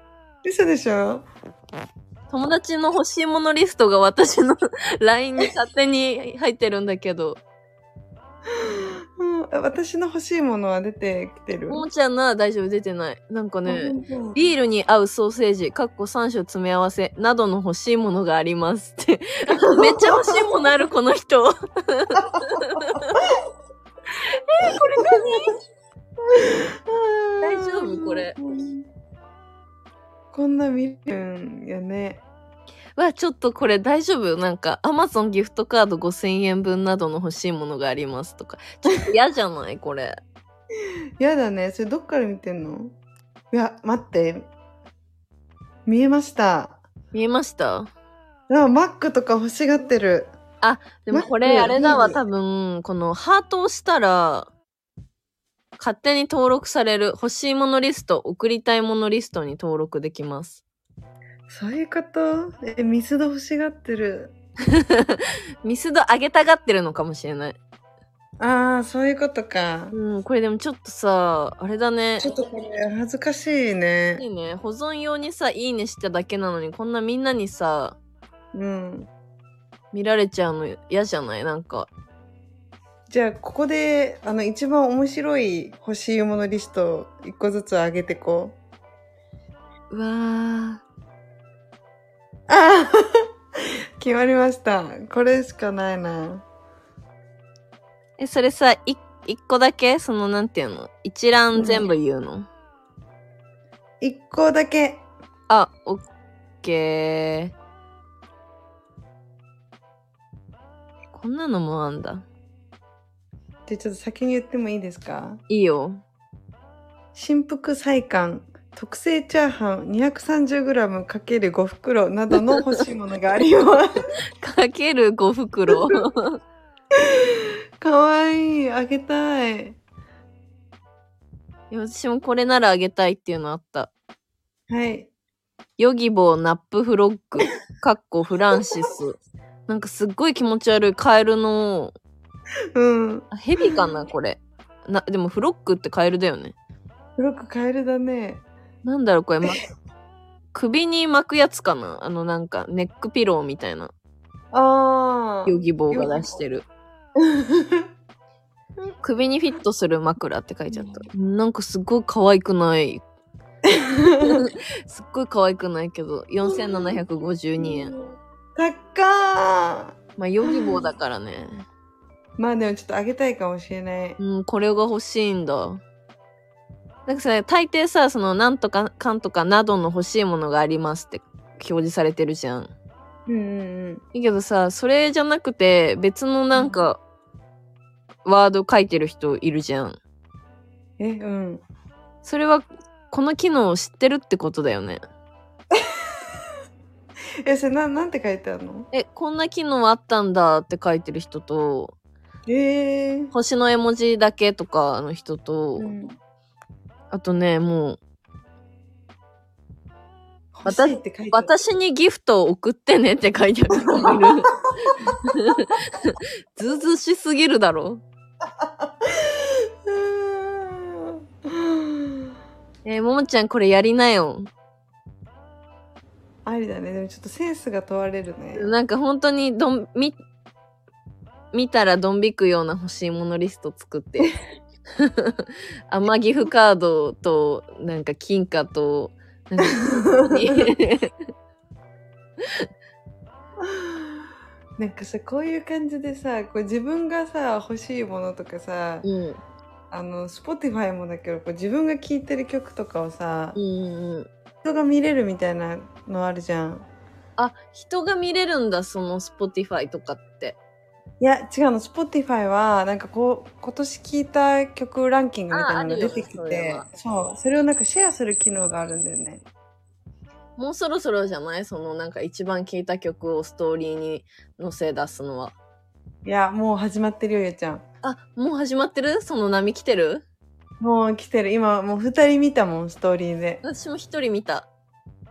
[SPEAKER 1] 嘘でしょ
[SPEAKER 2] 友達の欲しいものリストが私の LINE に勝手に入ってるんだけど、
[SPEAKER 1] うん、あ私の欲しいものは出てきてる。
[SPEAKER 2] ももちゃんなら大丈夫、出てない。なんかね、
[SPEAKER 1] うん
[SPEAKER 2] ビールに合うソーセージ、かっこ3種詰め合わせなどの欲しいものがあります って。めっちゃ欲しいものある、この人。えー、これ大丈夫これ。
[SPEAKER 1] うんこんな見るんよね。
[SPEAKER 2] 何わ、ちょっとこれ大丈夫なんか、アマゾンギフトカード5000円分などの欲しいものがありますとか。ちょっと嫌じゃないこれ。
[SPEAKER 1] やだね。それどっから見てんのいや、待って。見えました。
[SPEAKER 2] 見えました
[SPEAKER 1] あ、マックとか欲しがってる。
[SPEAKER 2] でもこれ、あれだわ、
[SPEAKER 1] 待
[SPEAKER 2] 多分、このハートを押したら、勝手に登録される欲しいものリスト、送りたいものリストに登録できます。
[SPEAKER 1] そういうことえ、水戸欲しがってる。
[SPEAKER 2] ミスド上げたがってるのかもしれない。
[SPEAKER 1] ああ、そういうことか。
[SPEAKER 2] うん、これでもちょっとさ、あれだね。
[SPEAKER 1] ちょっとこれ恥ずかしいね
[SPEAKER 2] い。いね。保存用にさ、いいねしただけなのに、こんなみんなにさ、
[SPEAKER 1] うん。
[SPEAKER 2] 見られちゃうの嫌じゃないなんか。
[SPEAKER 1] じゃあ、ここで、あの、一番面白い欲しいものリストを一個ずつ上げてこう。
[SPEAKER 2] うわー。
[SPEAKER 1] あー 決まりました。これしかないな。
[SPEAKER 2] え、それさ、い一個だけその、なんていうの一覧全部言うの、
[SPEAKER 1] 一個だけ。
[SPEAKER 2] あ、オッケー。こんなのもあんだ。
[SPEAKER 1] で、ちょっと先に言ってもいいですか
[SPEAKER 2] いいよ。
[SPEAKER 1] 新福菜館、特製チャーハン 230g×5 袋などの欲しいものがあり ます。
[SPEAKER 2] かける5袋。
[SPEAKER 1] かわいい。あげたい。
[SPEAKER 2] いや私もこれならあげたいっていうのあった。
[SPEAKER 1] はい。
[SPEAKER 2] ヨギボーナップフロッグ、かっこフランシス。なんかすっごい気持ち悪いカエルの、
[SPEAKER 1] うん。
[SPEAKER 2] あヘビかなこれ。なでもフロックってカエルだよね
[SPEAKER 1] ブロックカエルだね
[SPEAKER 2] なんだろうこれ、ま、首に巻くやつかなあのなんかネックピローみたいな
[SPEAKER 1] ああ
[SPEAKER 2] ヨギボーが出してる首にフィットする枕って書いてあったなんかすごい可愛くないすっごい可愛くないけど4752円
[SPEAKER 1] 高ー
[SPEAKER 2] まあヨギボーだからね
[SPEAKER 1] まあでもちょっと上げたいかもしれない
[SPEAKER 2] うん、これが欲しいんだ。なんかさ、大抵さ、その、なんとかかんとかなどの欲しいものがありますって表示されてるじゃん。
[SPEAKER 1] うんうんうん
[SPEAKER 2] いいけどさ、それじゃなくて、別のなんか、ワード書いてる人いるじゃん。
[SPEAKER 1] えうん
[SPEAKER 2] それは、この機能を知ってるってことだよね。
[SPEAKER 1] えそれななんて書いてあるの
[SPEAKER 2] え、こんな機能あったんだって書いてる人と、
[SPEAKER 1] えー、
[SPEAKER 2] 星の絵文字だけとかの人と、
[SPEAKER 1] うん
[SPEAKER 2] あとね、もう、
[SPEAKER 1] 欲しいって書いてある
[SPEAKER 2] 私にギフトを送ってねって書いてある人もい る。ずうずうしすぎるだろ。
[SPEAKER 1] うーん
[SPEAKER 2] えーももちゃんこれやりなよ。
[SPEAKER 1] ありだねでもちょっとセンスが問われるね
[SPEAKER 2] なんか本当にどん、み、見たらドン引くような欲しいものリスト作 って。天ギフカードと、なんか金貨 と、なんか
[SPEAKER 1] なんかさこういう感じでさこう自分がさ欲しいものとかさ、
[SPEAKER 2] うん。
[SPEAKER 1] あの Spotify もだけどこう自分が聴いてる曲とかをさ、
[SPEAKER 2] うんうん。
[SPEAKER 1] 人が見れるみたいなのあるじゃん
[SPEAKER 2] あ、人が見れるんだ、その Spotify とかって。
[SPEAKER 1] いや違うの Spotify はなんかこう今年聴いた曲ランキングみたいなのが出てき
[SPEAKER 2] ああるよね
[SPEAKER 1] てそうそれをなんかシェアする機能があるんだよね
[SPEAKER 2] もうそろそろじゃないそのなんか一番聴いた曲をストーリーに載せ出すのは。
[SPEAKER 1] いやもう始まってるよゆうちゃん
[SPEAKER 2] あ、もう始まってるその波来てる
[SPEAKER 1] もう来てる今もう2人見たもんストーリーで
[SPEAKER 2] 私も一人見た。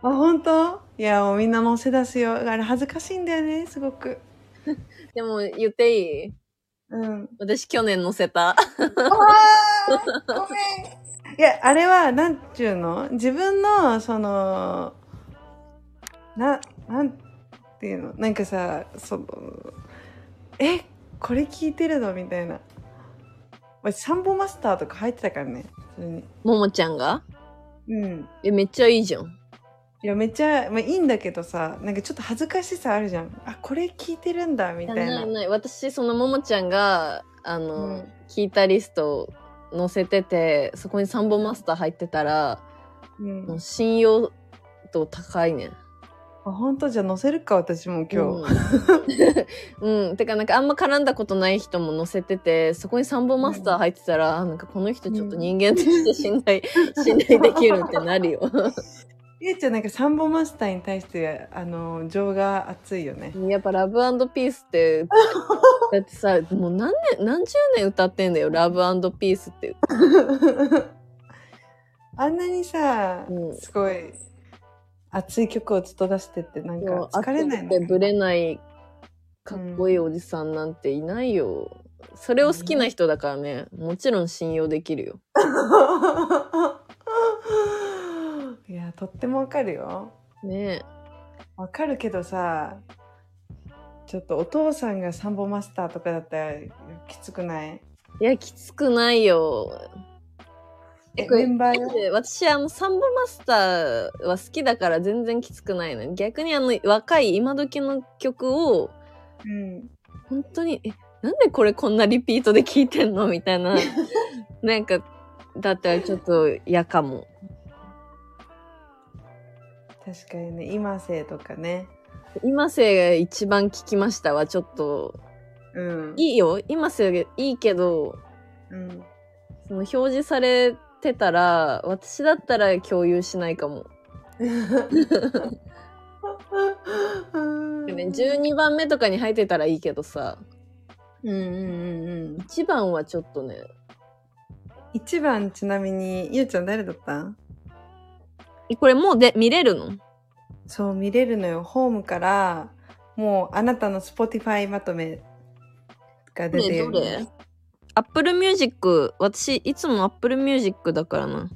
[SPEAKER 1] あ本当いやもうみんな載せ出すよあれ恥ずかしいんだよねすごく
[SPEAKER 2] でも言っていい
[SPEAKER 1] うん
[SPEAKER 2] 私去年載せた。
[SPEAKER 1] ごめん。いや、あれは、なんちゅうの自分の、その、な、なんていうのなんかさ、その、え、これ聞いてるのみたいな。私、サンボマスターとか入ってたからね、普通に。
[SPEAKER 2] ももちゃんが
[SPEAKER 1] うん。
[SPEAKER 2] え、めっちゃいいじゃん。
[SPEAKER 1] いや、めっちゃ、まあ、いいんだけどさ、なんかちょっと恥ずかしさあるじゃん。あ、これ聞いてるんだ、みたい
[SPEAKER 2] な
[SPEAKER 1] な。
[SPEAKER 2] いない。私、そのももちゃんが、あの、
[SPEAKER 1] うん
[SPEAKER 2] 聞いたリストを載せてて、そこにサンボマスター入ってたら、
[SPEAKER 1] うん
[SPEAKER 2] もう。信用度高いね。
[SPEAKER 1] あ、本当じゃあ載せるか、私も今日。
[SPEAKER 2] うん、うんてかなんかあんま絡んだことない人も載せててそこにサンボマスター入ってたら、あなんかこの人ちょっと人間として信頼、信頼できるってなる よ
[SPEAKER 1] ゆうちゃんなんかサンボマスターに対してあの情が熱いよ ね。
[SPEAKER 2] やっぱ「ラブピース」ってだってさもう何年何十年歌ってんだよ「ラブピース」って
[SPEAKER 1] あんなにさ、
[SPEAKER 2] うん
[SPEAKER 1] すごい熱い曲をずっと出してってなん
[SPEAKER 2] もう
[SPEAKER 1] か疲れない
[SPEAKER 2] 熱くてブ
[SPEAKER 1] の
[SPEAKER 2] レないかっこいいおじさんなんていないよ、それを好きな人だからねもちろん信用できるよ
[SPEAKER 1] いやとってもわかるよ。
[SPEAKER 2] ねえ
[SPEAKER 1] わかるけどさちょっとお父さんがサンボマスターとかだったらきつくない
[SPEAKER 2] いや、きつくないよ。
[SPEAKER 1] え
[SPEAKER 2] これ
[SPEAKER 1] メンバーよ
[SPEAKER 2] で私、あの、サンボマスターは好きだから全然きつくないの。逆にあの、若い今時の曲を、
[SPEAKER 1] うん。
[SPEAKER 2] 本当に、え、なんでこれこんなリピートで聴いてんのみたいな。なんか、だったらちょっと嫌かも。
[SPEAKER 1] 確かにね今生とかね。
[SPEAKER 2] 今世が一番聴きましたはちょっと、
[SPEAKER 1] うん。
[SPEAKER 2] いいよ。今世がいいけど、
[SPEAKER 1] うん
[SPEAKER 2] その表示されてたら、私だったら共有しないかも。ね、12番目とかに入ってたらいいけどさ
[SPEAKER 1] うんうんうんうん。
[SPEAKER 2] 1番はちょっとね
[SPEAKER 1] 一番ちなみに、ゆうちゃん誰だった
[SPEAKER 2] えこれもうで見れるの
[SPEAKER 1] そう、見れるのよ。ホームから、もうあなたの Spotify まとめが出て
[SPEAKER 2] ね
[SPEAKER 1] る。
[SPEAKER 2] どれ Apple Music 私いつも Apple Music だからな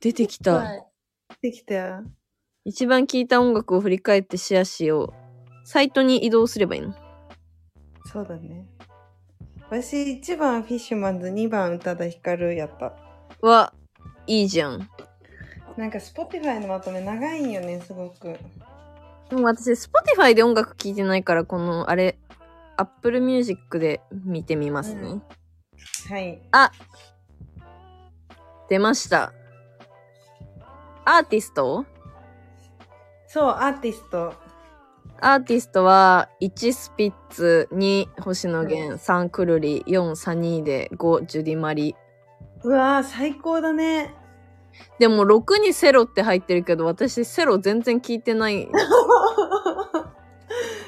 [SPEAKER 2] 出てきた、
[SPEAKER 1] できた。
[SPEAKER 2] 一番聴いた音楽を振り返ってシェアしようサイトに移動すればいいの
[SPEAKER 1] そうだね。私、1番フィッシュマンズ、2番宇多田ヒカルやった。
[SPEAKER 2] はいいじゃん
[SPEAKER 1] なんか Spotify のまとめ長いんよね、すごく。
[SPEAKER 2] でも私 Spotify で音楽聴いてないからこのあれ Apple Music で見てみますね、
[SPEAKER 1] うんはい。
[SPEAKER 2] 出ましたアーティスト
[SPEAKER 1] そう、アーティスト。
[SPEAKER 2] アーティストは1スピッツ2星野源3くるり4サニーで5ジュディマリ
[SPEAKER 1] うわー、最高だね。
[SPEAKER 2] でも6にセロって入ってるけど私セロ全然聞いてない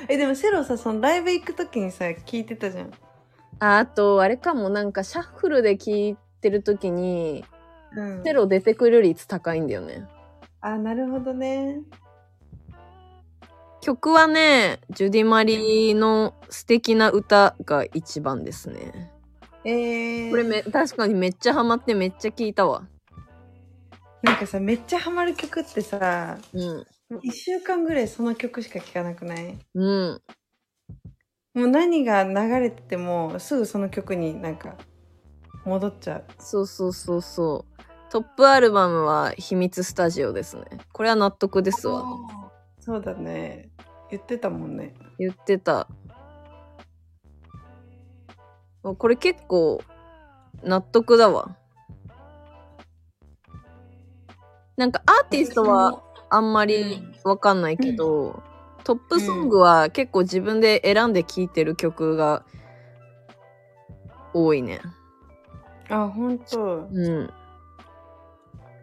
[SPEAKER 1] え、でもセロさ、そのライブ行くときにさ、聞いてたじゃん。
[SPEAKER 2] ああとあれかもなんかシャッフルで聞いてる時に
[SPEAKER 1] うん
[SPEAKER 2] セロ出てくる率高いんだよね
[SPEAKER 1] あ、なるほどね。
[SPEAKER 2] 曲はねジュディマリの「素敵な歌」が一番ですね
[SPEAKER 1] えー、
[SPEAKER 2] これめ確かにめっちゃハマってめっちゃ聞いたわ
[SPEAKER 1] なんかさ、めっちゃハマる曲ってさ、
[SPEAKER 2] うん
[SPEAKER 1] 1週間ぐらいその曲しか聴かなくない
[SPEAKER 2] うん
[SPEAKER 1] もう何が流れててもすぐその曲になんか戻っちゃう
[SPEAKER 2] そうそうそうそう。トップアルバムは秘密スタジオですね。これは納得ですわ。
[SPEAKER 1] そうだね言ってたもんね
[SPEAKER 2] 言ってた。これ結構納得だわ。なんかアーティストはあんまりわかんないけど、トップソングは結構自分で選んで聴いてる曲が多いね。
[SPEAKER 1] あ本当
[SPEAKER 2] うん。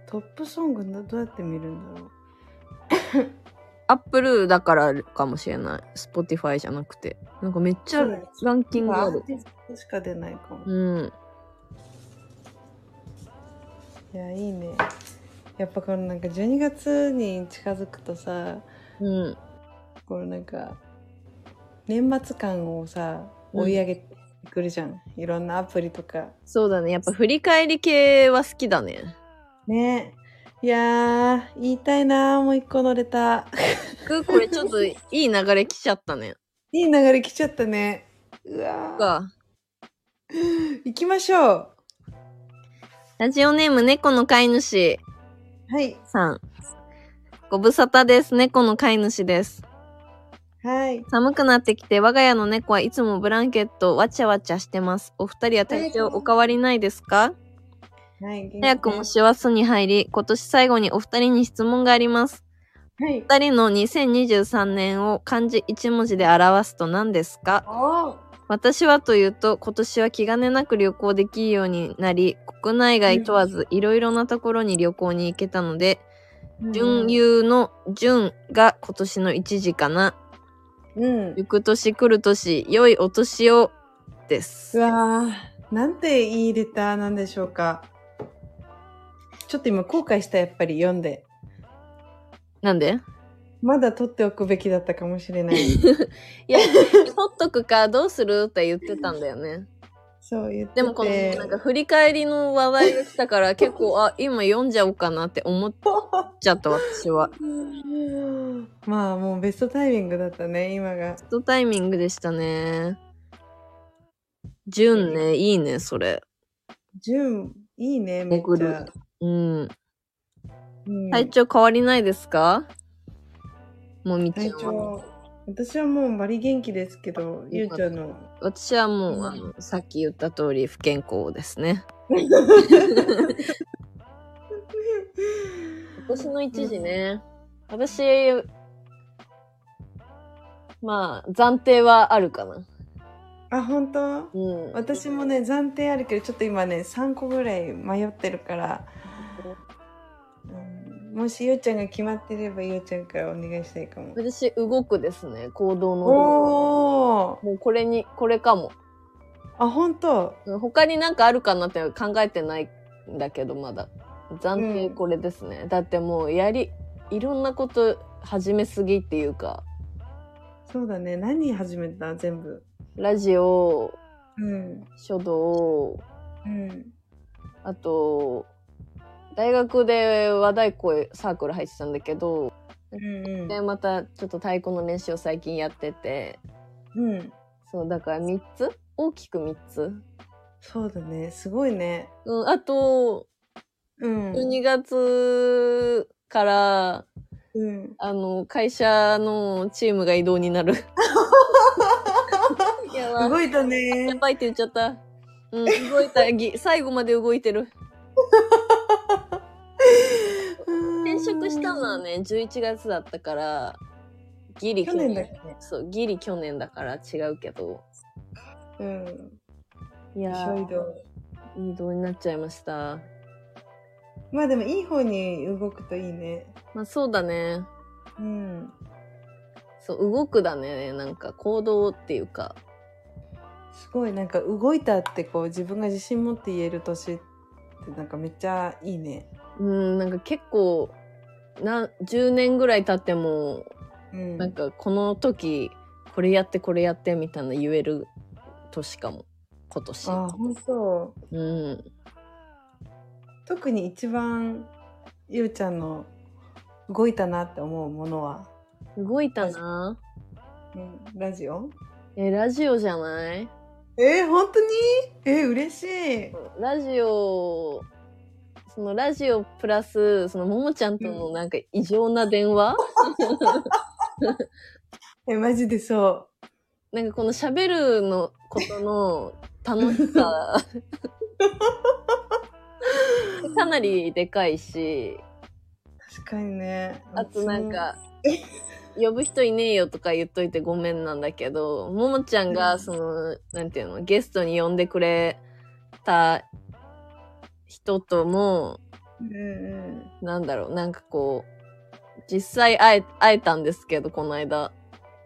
[SPEAKER 1] トップソングなどうやって見るんだろう
[SPEAKER 2] アップルだからかもしれない。Spotify じゃなくて。なんかめっちゃ
[SPEAKER 1] そうだね
[SPEAKER 2] ランキング
[SPEAKER 1] ア
[SPEAKER 2] あ
[SPEAKER 1] ー
[SPEAKER 2] る。
[SPEAKER 1] ティストしか出ないかも、い
[SPEAKER 2] うん。
[SPEAKER 1] やいいねやっぱこのなんか12月に近づくとさ
[SPEAKER 2] うん。
[SPEAKER 1] このなんか年末感をさ追い上げてくるじゃん、いろんなアプリとか
[SPEAKER 2] そうだね。やっぱ振り返り系は好きだね。
[SPEAKER 1] ねいやー言いたいなーもう一個乗れた
[SPEAKER 2] くこれちょっといい流れ来ちゃったね。
[SPEAKER 1] いい流れ来ちゃったねうわー
[SPEAKER 2] が、
[SPEAKER 1] 行きましょう
[SPEAKER 2] ラジオネーム猫の飼い主
[SPEAKER 1] はい
[SPEAKER 2] さん。ご無沙汰です。猫の飼い主です。
[SPEAKER 1] はい
[SPEAKER 2] 寒くなってきて我が家の猫はいつもブランケットをわちゃわちゃしてます。お二人は体調お変わりないですか
[SPEAKER 1] はい元気
[SPEAKER 2] 早くも師走に入り、今年最後にお二人に質問があります。
[SPEAKER 1] はい
[SPEAKER 2] 二人の2023年を漢字一文字で表すと何ですか
[SPEAKER 1] おー
[SPEAKER 2] 私はというと今年は気兼ねなく旅行できるようになり国内外問わずいろいろなところに旅行に行けたので
[SPEAKER 1] うん
[SPEAKER 2] 準優の準が今年の一字かな
[SPEAKER 1] うん
[SPEAKER 2] 行く年来る年良いお年をで
[SPEAKER 1] う
[SPEAKER 2] す
[SPEAKER 1] わーなんていいレターなんでしょうかちょっと今後悔したやっぱり読んで
[SPEAKER 2] なんで
[SPEAKER 1] まだ取っておくべきだったかもしれ ない
[SPEAKER 2] い やほっとくかどうするって言ってたんだよね
[SPEAKER 1] そう言ってて
[SPEAKER 2] でもこのなんか振り返りの話題が来たから結構あ今読んじゃおうかなって思っちゃった私は。
[SPEAKER 1] うん まあもうベストタイミングだったね今が
[SPEAKER 2] ベストタイミングでしたね。純ねいいねそれ。
[SPEAKER 1] 純いいねめっ
[SPEAKER 2] 巡
[SPEAKER 1] ち
[SPEAKER 2] る
[SPEAKER 1] ゃ、
[SPEAKER 2] う
[SPEAKER 1] う
[SPEAKER 2] ん。
[SPEAKER 1] ん
[SPEAKER 2] 体調変わりないですかもみち
[SPEAKER 1] 体
[SPEAKER 2] ゃんは。
[SPEAKER 1] 調私はもうバリ元気ですけどゆうちゃんの
[SPEAKER 2] 私はもう、あのさっき言った通り不健康ですね。今年の一時ね。私まあ暫定はあるかな。
[SPEAKER 1] あ本当
[SPEAKER 2] うん。
[SPEAKER 1] 私もね暫定あるけどちょっと今ね3個ぐらい迷ってるから、うんもしゆうちゃんが決まってればゆうちゃんからお願いしたいかも
[SPEAKER 2] 私動くですね行動の動
[SPEAKER 1] おお
[SPEAKER 2] もうこれにこれかも
[SPEAKER 1] あ本当
[SPEAKER 2] 他になんかあるかなって考えてないんだけどまだ暫定これですね、だってもうやりいろんなこと始めすぎっていうか
[SPEAKER 1] そうだね何始めた全部
[SPEAKER 2] ラジオ
[SPEAKER 1] うん。
[SPEAKER 2] 書道
[SPEAKER 1] うん。
[SPEAKER 2] あと大学で和太鼓サークル入ってたんだけど
[SPEAKER 1] うん。
[SPEAKER 2] でまたちょっと太鼓の練習を最近やってて
[SPEAKER 1] うん。
[SPEAKER 2] そうだから3つ大きく3つ、
[SPEAKER 1] そうだね。すごいね。
[SPEAKER 2] うん、あと
[SPEAKER 1] うん。
[SPEAKER 2] 12月から
[SPEAKER 1] うん。
[SPEAKER 2] あの会社のチームが移動になる やば
[SPEAKER 1] 動いた
[SPEAKER 2] や
[SPEAKER 1] ね。
[SPEAKER 2] ばいって言っちゃった。うん、 動いた。ぎ最後まで動いてる。転職したのは
[SPEAKER 1] ね。
[SPEAKER 2] ね、11月だったから、ギリ
[SPEAKER 1] 去年だっけ
[SPEAKER 2] そう、ギリ去年だから違うけど。
[SPEAKER 1] うん。
[SPEAKER 2] いや
[SPEAKER 1] 小移
[SPEAKER 2] ー、
[SPEAKER 1] 動。
[SPEAKER 2] 移動になっちゃいました。
[SPEAKER 1] まあでもいい方に動くといいね。
[SPEAKER 2] まあそうだね。
[SPEAKER 1] うん。
[SPEAKER 2] そう、動くだね。なんか行動っていうか。
[SPEAKER 1] すごいなんか動いたってこう自分が自信持って言える年ってなんかめっちゃいいね。
[SPEAKER 2] うん、なんか結構、な、10年ぐらい経っても、
[SPEAKER 1] うん。
[SPEAKER 2] なんかこの時、これやってこれやってみたいな言える年かも。今年。
[SPEAKER 1] あ、本当。
[SPEAKER 2] うん。
[SPEAKER 1] 特に一番ゆうちゃんの動いたなって思うものは、
[SPEAKER 2] 動いたな。
[SPEAKER 1] うん、ラジオ
[SPEAKER 2] え、ラジオじゃない
[SPEAKER 1] えー、本当にえー、嬉しい。
[SPEAKER 2] ラジオ、そのラジオプラス、そのももちゃんとの
[SPEAKER 1] うん
[SPEAKER 2] なんか異常な電話、
[SPEAKER 1] え、マジでそ
[SPEAKER 2] なんかこの喋るのことの楽し さ、かなりでかいし、
[SPEAKER 1] う。確かにね。
[SPEAKER 2] あとなんか、呼ぶ人いねえよとか言っといてごめんなんだけど、ももちゃん
[SPEAKER 1] う
[SPEAKER 2] が
[SPEAKER 1] ん
[SPEAKER 2] その、なんていうの、ゲストに呼んでくれた人とも、
[SPEAKER 1] うんうん。
[SPEAKER 2] なんだろう、なんかこう、実際会え会えたんですけど、この間。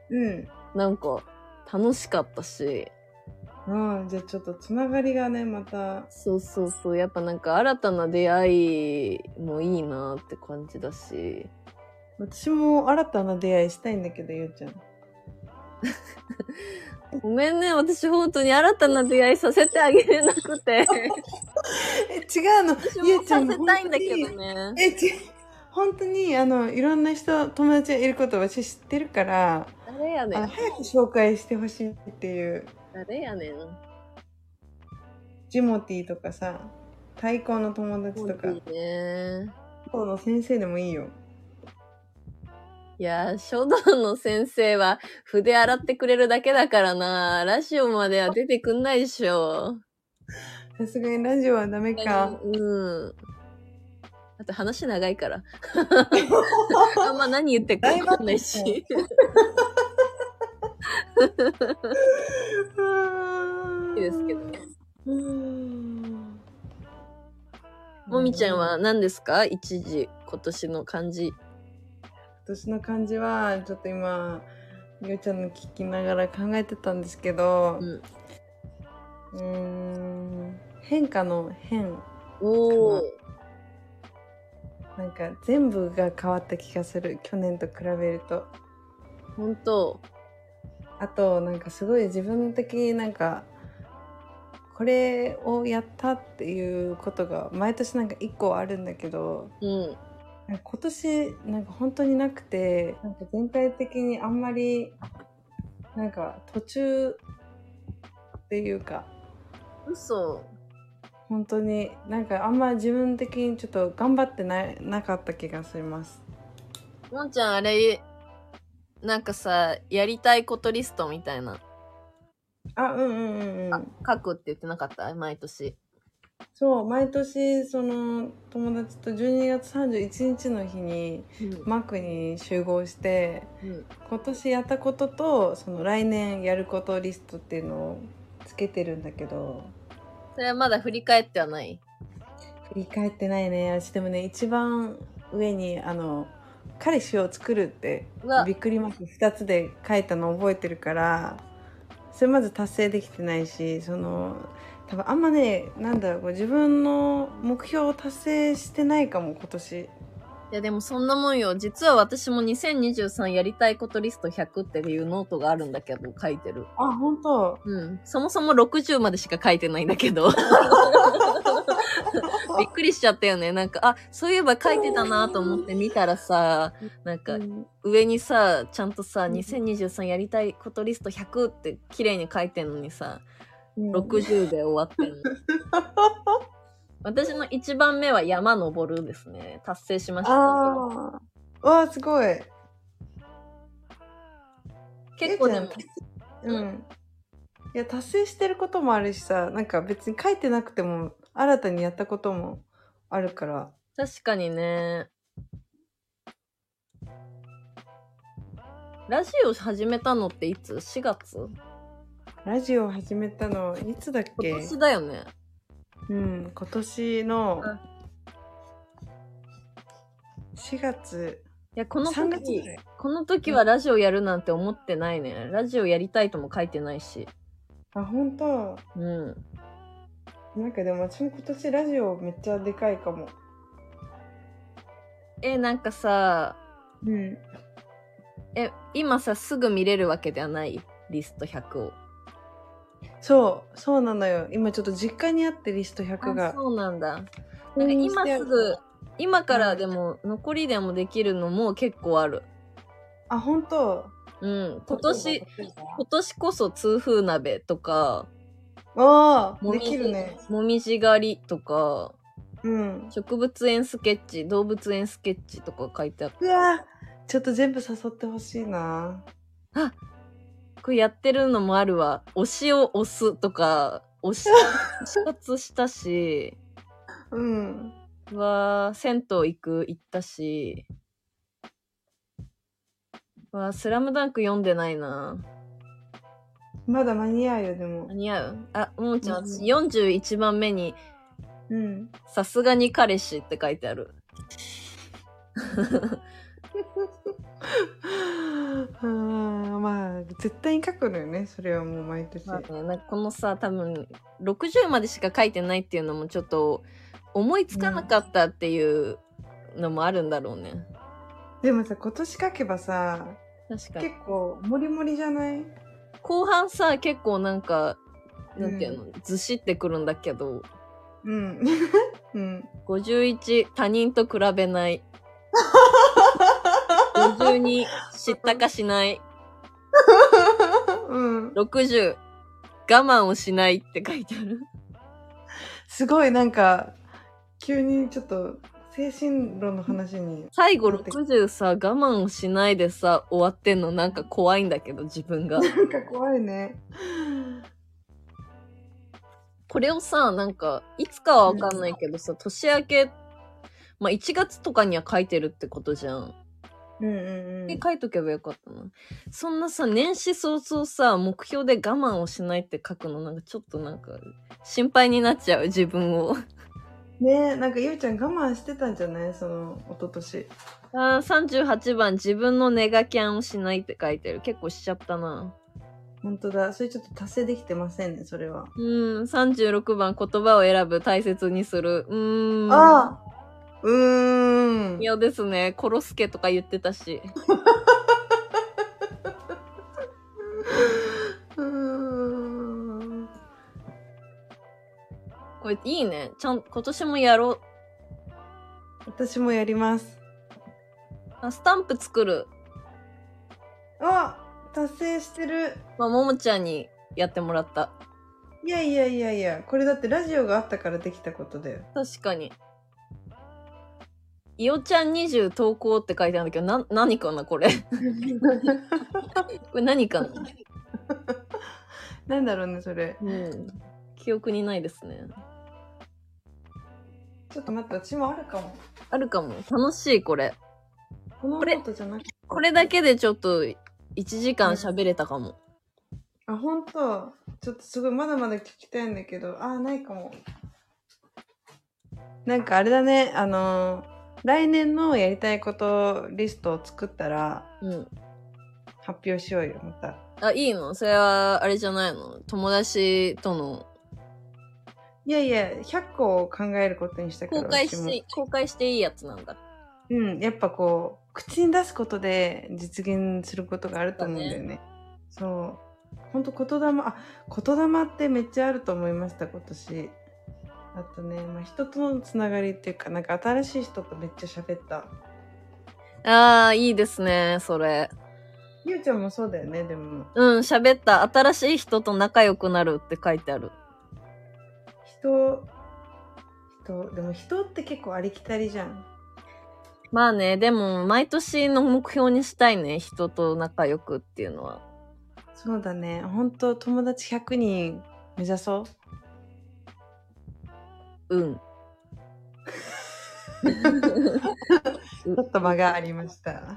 [SPEAKER 1] うん。
[SPEAKER 2] なんか、楽しかったし、
[SPEAKER 1] うん、じゃあちょっとつながりがね、また。
[SPEAKER 2] そうそうそう、やっぱなんか新たな出会いもいいなって感じだし、
[SPEAKER 1] 私も新たな出会いしたいんだけど、ゆうちゃん。
[SPEAKER 2] ごめんね、私本当に新たな出会いさせてあげれなくて。
[SPEAKER 1] え、違うの
[SPEAKER 2] 私。
[SPEAKER 1] ゆ
[SPEAKER 2] も
[SPEAKER 1] うちゃ
[SPEAKER 2] さ
[SPEAKER 1] ん
[SPEAKER 2] せ
[SPEAKER 1] も
[SPEAKER 2] たいんだけ
[SPEAKER 1] 本
[SPEAKER 2] どね
[SPEAKER 1] 当。に。え、違う。本当に、あの、いろんな人、友達がいること私知ってるから、
[SPEAKER 2] 誰やね
[SPEAKER 1] あの
[SPEAKER 2] ん。
[SPEAKER 1] 早く紹介してほしいっていう。
[SPEAKER 2] 誰やねん。
[SPEAKER 1] ジモティーとかさ、太鼓の友達とか、
[SPEAKER 2] 本当にね。
[SPEAKER 1] 書道の先生でもいいよ。
[SPEAKER 2] いやー、書道の先生は筆洗ってくれるだけだからな。ラジオまでは出てくんないでしょ。
[SPEAKER 1] さすがにラジオはダメか。
[SPEAKER 2] うん。あと話長 いから。あんま何言ってるか分かんないし。
[SPEAKER 1] 好
[SPEAKER 2] いいですけどね。も
[SPEAKER 1] も
[SPEAKER 2] みちゃんは何ですか一時、今年の漢字。
[SPEAKER 1] 私の感じはちょっと今ゆうちゃんの聞きながら考えてたんですけど
[SPEAKER 2] うん
[SPEAKER 1] うーん変化の変
[SPEAKER 2] おー。
[SPEAKER 1] なんか全部が変わった気がする去年と比べると
[SPEAKER 2] ほんと。
[SPEAKER 1] あとなんかすごい自分的になんかこれをやったっていうことが毎年なんか1個あるんだけど
[SPEAKER 2] うん。
[SPEAKER 1] なんか今年なんか本当になくてなんか全体的にあんまりなんか途中っていうか
[SPEAKER 2] 嘘。
[SPEAKER 1] 本当になんかあんま自分的にちょっと頑張ってななかった気がします
[SPEAKER 2] もんちゃんあれ、なんかさ、やりたいことリストみたいな。
[SPEAKER 1] あうんうんうんうん
[SPEAKER 2] 書くって言ってなかった毎年。
[SPEAKER 1] そう毎年その友達と12月31日の日にマックに集合して
[SPEAKER 2] うん
[SPEAKER 1] 今年やったこととその来年やることリストっていうのをつけてるんだけど
[SPEAKER 2] それはまだ振り返ってはない。
[SPEAKER 1] 振り返ってないね私でもね一番上にあの彼氏を作るって
[SPEAKER 2] うわ
[SPEAKER 1] びっくりマーク2つで書いたの覚えてるからそれまず達成できてないしその多分あんまねなんだろうこう自分の目標を達成してないかも今年
[SPEAKER 2] いやでもそんなもんよ。実は私も2023やりたいことリスト100っていうノートがあるんだけど、書いてる。
[SPEAKER 1] あ、本当。
[SPEAKER 2] うん。そもそも60までしか書いてないんだけ ど。びっくりしちゃったよね。なんか、あ、そういえば書いてたなと思って見たらさ、なんか
[SPEAKER 1] うん
[SPEAKER 2] 上にさ、ちゃんとさ、
[SPEAKER 1] うん
[SPEAKER 2] 2023やりたいことリスト100って綺麗に書いてんのにさ、
[SPEAKER 1] うん
[SPEAKER 2] 60で終 わってんの。私の1番目は山登るですね。達成しました。
[SPEAKER 1] ああ。わあ、すごい。
[SPEAKER 2] 結構で
[SPEAKER 1] ゆう
[SPEAKER 2] も
[SPEAKER 1] ち、ゃん。うん。いや、達成してることもあるしさ、なんか別に書いてなくても、新たにやったこともあるから。
[SPEAKER 2] 確かにね。ラジオ始めたのっていつ ?4 月
[SPEAKER 1] ラジオを始めたの、いつだっけ
[SPEAKER 2] 今年だよね。
[SPEAKER 1] うん、今年の
[SPEAKER 2] うん
[SPEAKER 1] 4月、
[SPEAKER 2] いや、この
[SPEAKER 1] 3月ぐら
[SPEAKER 2] 時、
[SPEAKER 1] い。
[SPEAKER 2] この時はラジオやるなんて思ってないね。ラジオやりたいとも書いてないし。
[SPEAKER 1] あ、本当
[SPEAKER 2] うん。
[SPEAKER 1] なんかでも私も今年ラジオめっちゃでかいかも。
[SPEAKER 2] え、なんかさ、
[SPEAKER 1] うん。
[SPEAKER 2] え、今さ、すぐ見れるわけではないリスト100を。
[SPEAKER 1] そう、そうなのよ。今ちょっと実家にあってリスト100
[SPEAKER 2] あ
[SPEAKER 1] が。
[SPEAKER 2] そうなんだ。なんか今すぐ、今からでも、残りでもできるのも結構ある。
[SPEAKER 1] あ、本当
[SPEAKER 2] うん。今年、。今年こそ痛風鍋とか、
[SPEAKER 1] ああ、
[SPEAKER 2] も
[SPEAKER 1] で
[SPEAKER 2] み
[SPEAKER 1] きるね。
[SPEAKER 2] もみじ狩りとか、
[SPEAKER 1] うん。
[SPEAKER 2] 植物園スケッチ、動物園スケッチとか書いてある。
[SPEAKER 1] うわちょっと全部誘ってほしいな。
[SPEAKER 2] これやってるのもあるわ。推しを押すとか、推し、推し活したし、
[SPEAKER 1] うん。
[SPEAKER 2] うわー銭湯行く、行ったし、うわースラムダンク読んでないな。
[SPEAKER 1] まだ間に合うよ、でも。
[SPEAKER 2] 間に合うあ、ももちゃん、
[SPEAKER 1] うん
[SPEAKER 2] 私41番目に、
[SPEAKER 1] うん。
[SPEAKER 2] さすがに彼氏って書いてある。
[SPEAKER 1] あーまあ、絶対に書くのよね、それはもう毎年。
[SPEAKER 2] まあね、なんかこのさ多分60までしか書いてないっていうのもちょっと思いつかなかったっていうのもあるんだろうね。
[SPEAKER 1] でもさ、今年書けばさ、
[SPEAKER 2] 確かに
[SPEAKER 1] 結構、モリモリじゃない
[SPEAKER 2] 後半さ結構なんかなんていうの、ずしってくるんだけど
[SPEAKER 1] うん。 うん。
[SPEAKER 2] 51他人と比べない52知ったかしない
[SPEAKER 1] うん。
[SPEAKER 2] 60我慢をしないって書いてある。
[SPEAKER 1] すごい、なんか、急にちょっと、精神論の話に。
[SPEAKER 2] 最後60さ我慢をしないでさ終わってんのなんか怖いんだけど自分が。
[SPEAKER 1] なんか怖いね。
[SPEAKER 2] これをさなんかいつかは分かんないけどさ、年明けまあ1月とかには書いてるってことじゃん。
[SPEAKER 1] うんうんう
[SPEAKER 2] で
[SPEAKER 1] ん。
[SPEAKER 2] 書いとけばよかったな。そんなさ年始早々さ目標で我慢をしないって書くのなんかちょっとなんか心配になっちゃう自分を。
[SPEAKER 1] ねえ、なんかゆうちゃん我慢してたんじゃないその、一昨年。
[SPEAKER 2] あー38番自分のネガキャンをしないって書いてる。結構しちゃったな。
[SPEAKER 1] 本当だ。それちょっと達成できてませんね、それは。
[SPEAKER 2] うん36番言葉を選ぶ大切にする。うーん。
[SPEAKER 1] ああうーん。
[SPEAKER 2] いやですね。コロスケとか言ってたし。
[SPEAKER 1] うーん。
[SPEAKER 2] これいいね。ちゃん、今年もやろう。
[SPEAKER 1] 私もやります。
[SPEAKER 2] あ、スタンプ作る。
[SPEAKER 1] あ達成してる。
[SPEAKER 2] まあ、ももちゃんにやってもらった。
[SPEAKER 1] いやいやいやいや、これだってラジオがあったからできたこと だよ。
[SPEAKER 2] 確かに。いおちゃん20投稿って書いてあるんだけど、な、何かなこれ。 これ何かな
[SPEAKER 1] なんだろうね、それ。
[SPEAKER 2] うん。記憶にないですね。
[SPEAKER 1] ちょっと待って、私もあるかも。
[SPEAKER 2] あるかも。楽しい、これ。
[SPEAKER 1] この
[SPEAKER 2] これ
[SPEAKER 1] ことじゃなくて。
[SPEAKER 2] これだけでちょっと、1時間喋れたかも。
[SPEAKER 1] あ、本当。ちょっとすごい、まだまだ聞きたいんだけど、あー、ないかも。なんかあれだね、あのー来年のやりたいことリストを作ったら
[SPEAKER 2] うん。
[SPEAKER 1] 発表しようよ、また。
[SPEAKER 2] あ、いいのそれは、あれじゃないの友達との、
[SPEAKER 1] いやいや、100個を考えることにしたから。
[SPEAKER 2] 公開
[SPEAKER 1] 私も
[SPEAKER 2] して、公開していいやつなんだ。
[SPEAKER 1] うん、やっぱこう口に出すことで実現することがあると思うんだよね。そう,、ほんと言霊あ言霊ってめっちゃあると思いました今年。あとね、まあ、人とのつながりっていうかなんか新しい人とめっちゃ喋った。
[SPEAKER 2] ああ、いいですね、それ。
[SPEAKER 1] ゆうちゃんもそうだよねでも
[SPEAKER 2] うん、喋った。新しい人と仲良くなるって書いてある。
[SPEAKER 1] 人人でも人って結構ありきたりじゃん。
[SPEAKER 2] まあね、でも、毎年の目標にしたいね、人と仲良くっていうのは。
[SPEAKER 1] そうだね本当友達100人目指そう。
[SPEAKER 2] うん。
[SPEAKER 1] ちょっと間がありました。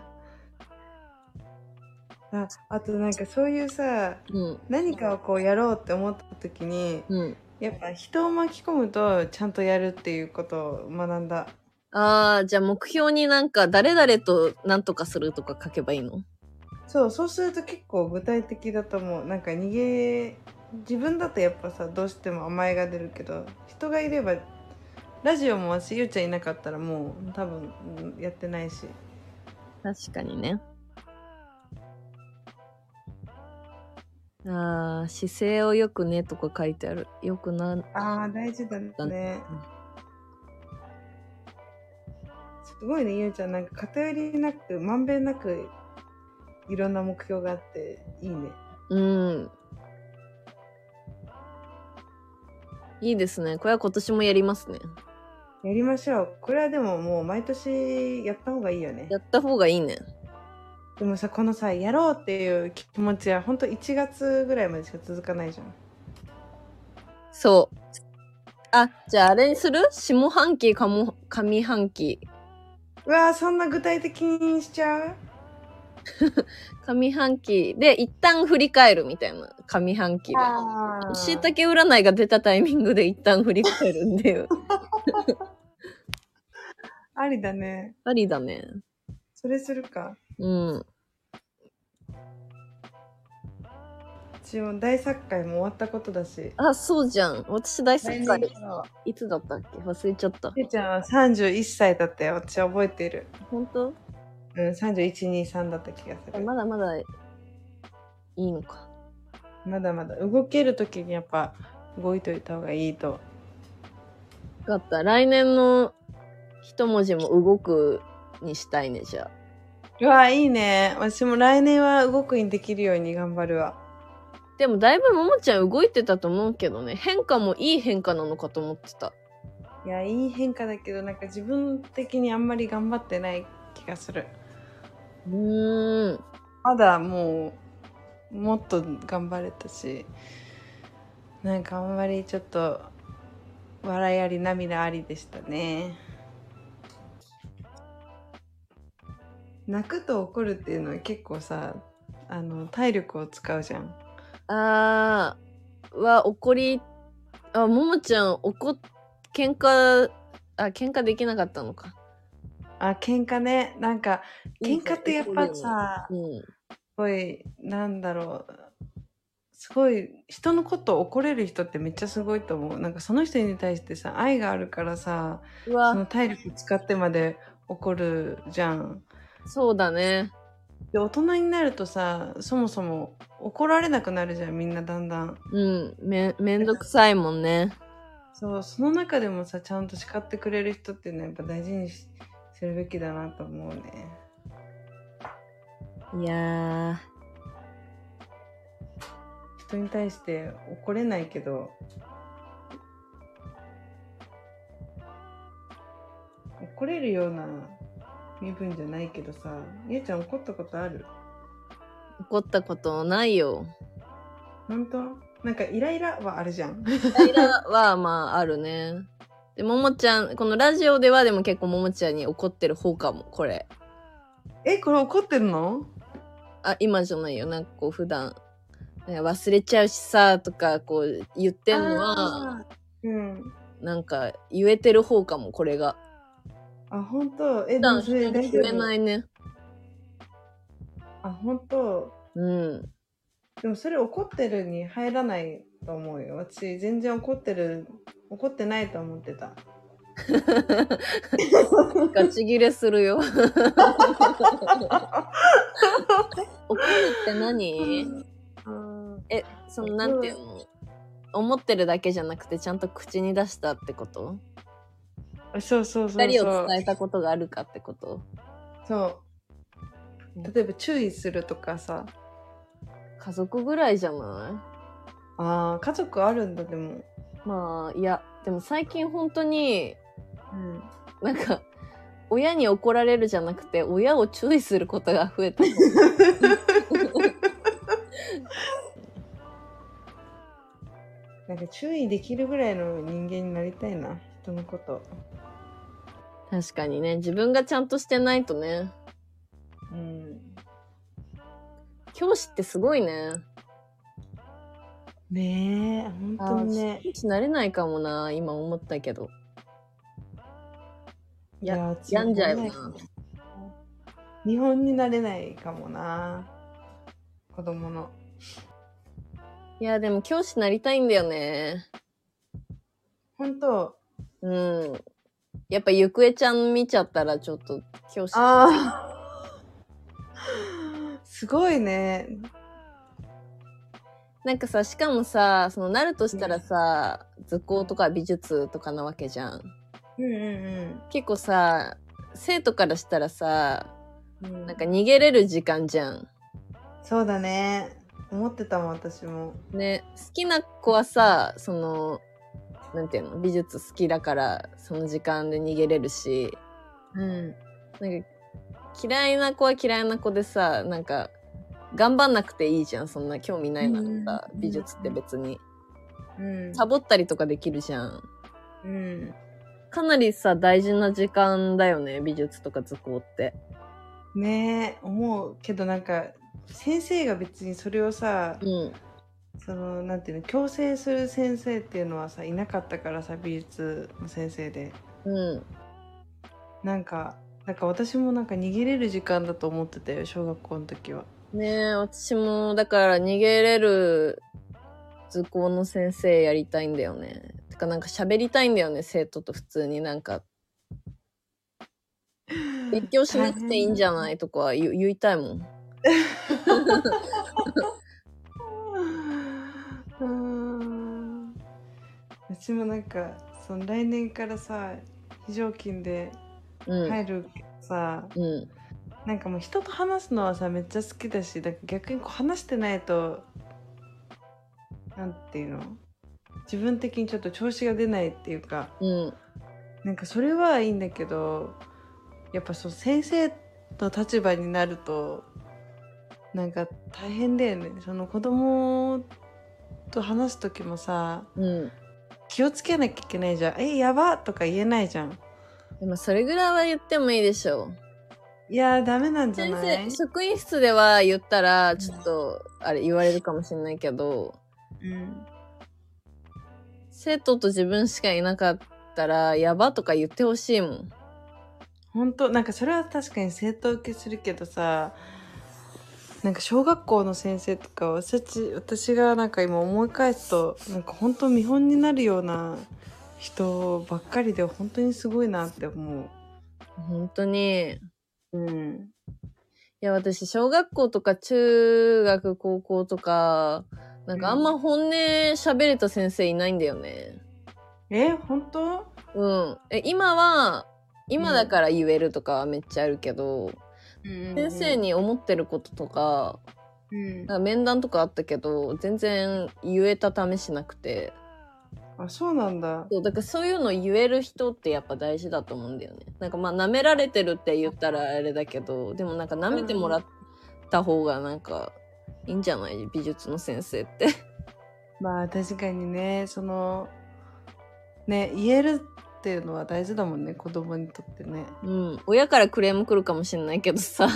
[SPEAKER 1] ああとなんかそういうさ
[SPEAKER 2] うん、
[SPEAKER 1] 何かをこうやろうって思った時に
[SPEAKER 2] うん。
[SPEAKER 1] やっぱ人を巻き込むとちゃんとやるっていうことを学んだ
[SPEAKER 2] ああ、じゃあ目標になんか、誰々と何とかするとか書けばいいの
[SPEAKER 1] そうそうすると結構具体的だと思うなんか逃げ自分だとやっぱさどうしても甘えが出るけど人がいればラジオも私ゆうちゃんいなかったらもう多分うんやってないし
[SPEAKER 2] 確かにね。ああ、姿勢をよくねとか書いてある。よくな、
[SPEAKER 1] ああ大事だねすごいねゆうちゃんなんか偏りなくまんべんなくいろんな目標があっていいね
[SPEAKER 2] うん。いいですね。これは今年もやりますね。
[SPEAKER 1] やりましょうこれはでももう毎年やった方がいいよね
[SPEAKER 2] やった方がいいね。
[SPEAKER 1] でもさこのさやろうっていう気持ちはほんと1月ぐらいまでしか続かないじゃん
[SPEAKER 2] そう。あ、じゃああれにする下半期かも、上半期。
[SPEAKER 1] うわーそんな具体的にしちゃう
[SPEAKER 2] 上半期で一旦振り返るみたいな。上半期は。しいたけ占いが出たタイミングで一旦振り返るんだよ。
[SPEAKER 1] ありだね
[SPEAKER 2] ありだね。
[SPEAKER 1] それするか
[SPEAKER 2] うん。
[SPEAKER 1] 一応大作会も終わったことだし
[SPEAKER 2] あ、そうじゃん。私大作
[SPEAKER 1] 来
[SPEAKER 2] 会
[SPEAKER 1] 年。
[SPEAKER 2] いつだったっけ忘れちゃった。
[SPEAKER 1] ゆうちゃんは31歳だったよ私は覚えている
[SPEAKER 2] 本当
[SPEAKER 1] うん3123だった気がする
[SPEAKER 2] まだまだいいのか。
[SPEAKER 1] まだまだ動ける時にやっぱ動いといた方がいいと
[SPEAKER 2] わかった。来年の一文字も動くにしたいね、じゃあ。
[SPEAKER 1] うわいいね私も来年は動くにできるように頑張るわ
[SPEAKER 2] でもだいぶももちゃん動いてたと思うけどね。変化もいい変化なのかと思ってた。
[SPEAKER 1] いやいい変化だけどなんか自分的にあんまり頑張ってない気がする
[SPEAKER 2] うーん。
[SPEAKER 1] まだもうもっと頑張れたしなんかあんまりちょっと笑いあり涙ありでしたね泣くと怒るっていうのは結構さあの体力を使うじゃん
[SPEAKER 2] あー、は怒り、あ、ももちゃん怒っ、喧嘩、あ、喧嘩できなかったのか。
[SPEAKER 1] あ喧嘩ねなんか喧嘩ってやっぱさ
[SPEAKER 2] うん。
[SPEAKER 1] すごいなんだろうすごい人のことを怒れる人ってめっちゃすごいと思うなんかその人に対してさ愛があるからさ
[SPEAKER 2] う
[SPEAKER 1] そ
[SPEAKER 2] わ、
[SPEAKER 1] の体力使ってまで怒るじゃん
[SPEAKER 2] そうだね。
[SPEAKER 1] で大人になるとさそもそも怒られなくなるじゃんみんなだんだん
[SPEAKER 2] うん。め、めんどくさいもんね。
[SPEAKER 1] そうその中でもさちゃんと叱ってくれる人っていうのはやっぱ大事にしするべきだなと思うね
[SPEAKER 2] いや
[SPEAKER 1] 人に対して怒れないけど怒れるような身分じゃないけどさゆうちゃん怒ったことある
[SPEAKER 2] ー、怒ったことないよ。
[SPEAKER 1] 本当なんかイライラはあるじゃん
[SPEAKER 2] イライラはまああるね。でももちゃんこのラジオではでも結構ももちゃんに怒ってる方かもこれ。
[SPEAKER 1] えこれ怒ってるの
[SPEAKER 2] あ今じゃないよなんかこう普段なんか忘れちゃうしさとかこう言ってんのは
[SPEAKER 1] あーうん
[SPEAKER 2] なんか言えてる方かもこれが。
[SPEAKER 1] あ本当え
[SPEAKER 2] 普
[SPEAKER 1] で
[SPEAKER 2] 段
[SPEAKER 1] もそれ
[SPEAKER 2] 人に
[SPEAKER 1] 大
[SPEAKER 2] 言え
[SPEAKER 1] 丈夫
[SPEAKER 2] ないね。
[SPEAKER 1] あ本当
[SPEAKER 2] うん。
[SPEAKER 1] でもそれ怒ってるに入らないと思うよ私全然怒ってる怒ってないと思ってた
[SPEAKER 2] ガチギレするよ。怒るって何
[SPEAKER 1] うん
[SPEAKER 2] え、その、なんていうの思ってるだけじゃなくて、ちゃんと口に出したってこと
[SPEAKER 1] そうそうそうそう
[SPEAKER 2] 二人を伝えたことがあるかってこと
[SPEAKER 1] そう例えば注意するとかさ
[SPEAKER 2] 家族ぐらいじゃな
[SPEAKER 1] あー家族あるんだでも、
[SPEAKER 2] いまあ、いや、でも最近本当に、
[SPEAKER 1] うん、
[SPEAKER 2] なんか、親に怒られるじゃなくて、親を注意することが増えた。
[SPEAKER 1] なんか注意できるぐらいの人間になりたいな人のこと
[SPEAKER 2] 確かにね、自分がちゃんとしてないとね。
[SPEAKER 1] うん
[SPEAKER 2] 教師ってすごいね。
[SPEAKER 1] ねえ本当にね
[SPEAKER 2] 教師なれないかもな、今思ったけど。
[SPEAKER 1] い
[SPEAKER 2] や
[SPEAKER 1] や
[SPEAKER 2] 病んじゃうな
[SPEAKER 1] 日本になれないかもな子供の
[SPEAKER 2] いや、でも教師なりたいんだよね。
[SPEAKER 1] 本 当
[SPEAKER 2] うん。やっぱ、ゆくえちゃん見ちゃったら、ちょっと、教師。
[SPEAKER 1] ああすごいね
[SPEAKER 2] なんかさ、しかもさ、その、なるとしたらさ、図工とか美術とかなわけじゃん。
[SPEAKER 1] うんうん
[SPEAKER 2] 結構さ、生徒からしたらさ、
[SPEAKER 1] うん
[SPEAKER 2] なんか逃げれる時間じゃん。
[SPEAKER 1] そうだね思ってたもん私も
[SPEAKER 2] ね、好きな子はさ、その、なんていうの、美術好きだから、その時間で逃げれるし、
[SPEAKER 1] うん
[SPEAKER 2] なんか、嫌いな子は嫌いな子でさ、なんか、頑張んなくていいじゃん、そんな興味ないならさ、
[SPEAKER 1] うん
[SPEAKER 2] 美術って別に。
[SPEAKER 1] うん
[SPEAKER 2] サボったりとかできるじゃん。
[SPEAKER 1] うん
[SPEAKER 2] かなりさ、大事な時間だよね、美術とか図工って。
[SPEAKER 1] ねえ思うけどなんか先生が別にそれをさ、
[SPEAKER 2] うん。
[SPEAKER 1] そのなんていうの強制する先生っていうのはさいなかったからさ美術の先生で
[SPEAKER 2] うん。
[SPEAKER 1] なんかなんか私もなんか逃げれる時間だと思ってたよ小学校の時は
[SPEAKER 2] ねえ、私も、だから逃げれる図工の先生やりたいんだよね。てかなんか喋りたいんだよね、生徒と普通になんか。勉強しなくていいんじゃないとかは言う言いたいもん。
[SPEAKER 1] うーんうちもなんかその来年からさ非常勤で
[SPEAKER 2] うん。
[SPEAKER 1] 入るけどさ、
[SPEAKER 2] うん。
[SPEAKER 1] なんかもう人と話すのはさめっちゃ好きだしだから逆にこう話してないとなんていうの自分的にちょっと調子が出ないっていうか
[SPEAKER 2] うん。
[SPEAKER 1] なんかそれはいいんだけどやっぱそう先生の立場になるとなんか大変だよねその子供と話す時もさ
[SPEAKER 2] うん。
[SPEAKER 1] 気をつけなきゃいけないじゃん「えやば!」とか言えないじゃん
[SPEAKER 2] でもそれぐらいは言ってもいいでしょう。
[SPEAKER 1] いやーダメなんじゃ
[SPEAKER 2] 先
[SPEAKER 1] ない
[SPEAKER 2] 生、職員室では言ったら、ちょっと、あれ言われるかもしれないけど、
[SPEAKER 1] うん、
[SPEAKER 2] 生徒と自分しかいなかったら、やばとか言ってほしいもん。
[SPEAKER 1] 本当なんかそれは確かに正当受けするけどさなんか小学校の先生とかは私私がなんか今思い返すとなんか本当見本になるような人ばっかりで本当にすごいなって思
[SPEAKER 2] 本当に、
[SPEAKER 1] う。うん、
[SPEAKER 2] いや、私、小学校とか中学、高校とか、なんかあんま本音喋れた先生いないんだよね。
[SPEAKER 1] え本当
[SPEAKER 2] うん。え、今は、今だから言えるとかはめっちゃあるけど、先生、に思ってることとか、
[SPEAKER 1] うん
[SPEAKER 2] なんか面談とかあったけど、全然言えた試しなくて。
[SPEAKER 1] あそうなんだ。
[SPEAKER 2] そう、だからそういうの言える人ってやっぱ大事だと思うんだよね。なんかまあ舐められてるって言ったらあれだけど、でもなんか舐めてもらった方がなんかいいんじゃない美術の先生って。
[SPEAKER 1] まあ確かにねそのね言えるっていうのは大事だもんね子供にとってね。
[SPEAKER 2] うん。親からクレーム来るかもしれないけどさ。で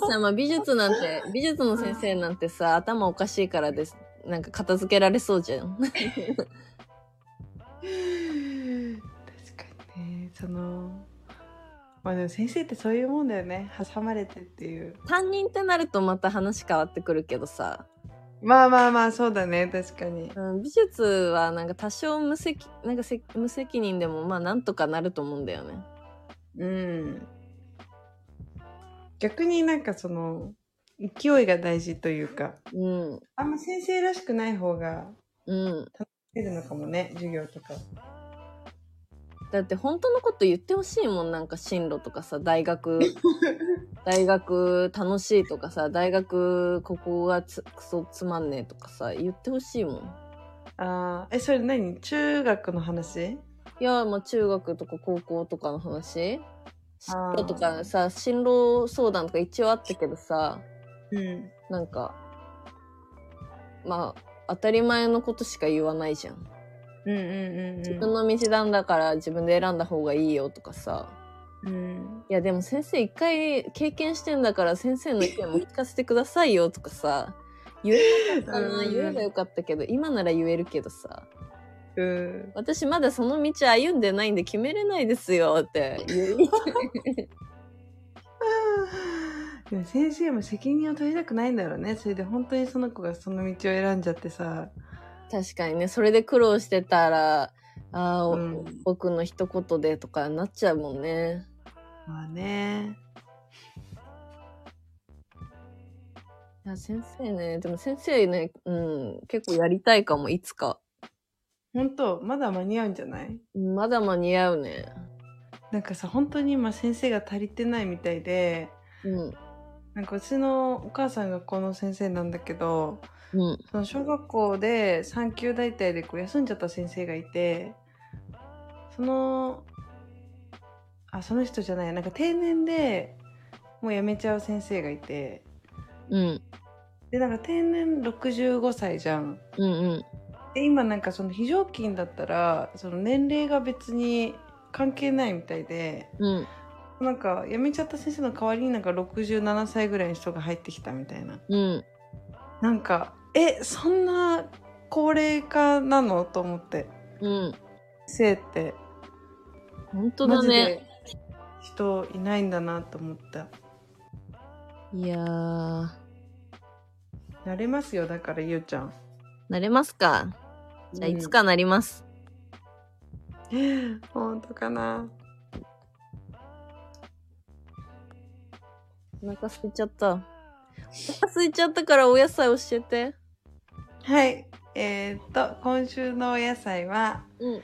[SPEAKER 2] もさ、まあ美術なんて、美術の先生なんてさ、頭おかしいからです。なんか片付けられそうじゃん。
[SPEAKER 1] 確かにねそのまあでも先生ってそういうもんだよね挟まれてっていう
[SPEAKER 2] 担任ってなるとまた話変わってくるけどさ。
[SPEAKER 1] まあまあまあ、そうだね、確かに。
[SPEAKER 2] うん、美術はなんか多少無責なんかせ無責任でもまあなんとかなると思うんだよね。
[SPEAKER 1] うん。逆になんかその、勢いが大事というか、
[SPEAKER 2] うん、
[SPEAKER 1] あんま先生らしくない方が
[SPEAKER 2] うん、
[SPEAKER 1] 出るのかもね、授業とか。
[SPEAKER 2] だって本当のこと言ってほしいもんなんか進路とかさ大 学大学楽しいとかさ大学ここがつクソつまんねえとかさ言ってほしいもん。
[SPEAKER 1] ああ、え、それ何中学の話
[SPEAKER 2] いやまあ中学とか高校とかの話進
[SPEAKER 1] あー
[SPEAKER 2] 路とかさ進路相談とか一応あったけどさ
[SPEAKER 1] うん。
[SPEAKER 2] なんかまあ当たり前のことしか言わないじゃん。
[SPEAKER 1] うんうん
[SPEAKER 2] 自分の道なんだから自分で選んだ方がいいよとかさ
[SPEAKER 1] うん。うん。
[SPEAKER 2] いやでも先生一回経験してんだから先生の意見も聞かせてくださいよとかさ言えなかったな
[SPEAKER 1] うん
[SPEAKER 2] 言えばよかったけど今なら言えるけどさ
[SPEAKER 1] うん。
[SPEAKER 2] 私まだその道歩んでないんで決めれないですよって言う
[SPEAKER 1] でも先生も責任を取りたくないんだろうねそれで本当にその子がその道を選んじゃってさ
[SPEAKER 2] 確かにねそれで苦労してたらあー、お
[SPEAKER 1] うん
[SPEAKER 2] 僕の一言でとかなっちゃうもんね
[SPEAKER 1] まあね
[SPEAKER 2] いや先生ねでも先生ねうん結構やりたいかもいつか
[SPEAKER 1] 本当まだ間に合うんじゃない
[SPEAKER 2] まだ間に合うね
[SPEAKER 1] なんかさ本当に今先生が足りてないみたいで
[SPEAKER 2] うん
[SPEAKER 1] なんかうちのお母さんがこの先生なんだけど
[SPEAKER 2] うん、
[SPEAKER 1] その小学校で産休大体でこう休んじゃった先生がいてそのあその人じゃないなんか定年でもう辞めちゃう先生がいて
[SPEAKER 2] うん、
[SPEAKER 1] でなんか定年65歳じゃん
[SPEAKER 2] うん、うん、
[SPEAKER 1] で今なんかその非常勤だったらその年齢が別に関係ないみたいで
[SPEAKER 2] うん、
[SPEAKER 1] なんか辞めちゃった先生の代わりになんか67歳ぐらいの人が入ってきたみたいな
[SPEAKER 2] うん、
[SPEAKER 1] なんかえそんな高齢化なのと思って
[SPEAKER 2] うん、
[SPEAKER 1] 生って
[SPEAKER 2] 本当だね。
[SPEAKER 1] マジで人いないんだなと思った
[SPEAKER 2] いやー、
[SPEAKER 1] なれますよだからゆうちゃん
[SPEAKER 2] なれますか。じゃあ、
[SPEAKER 1] うん
[SPEAKER 2] いつかなります。
[SPEAKER 1] 本当かな
[SPEAKER 2] お腹空いちゃった。お腹空いちゃったから、お野菜教えて。
[SPEAKER 1] はいえー、っと今週のお野菜は
[SPEAKER 2] うん、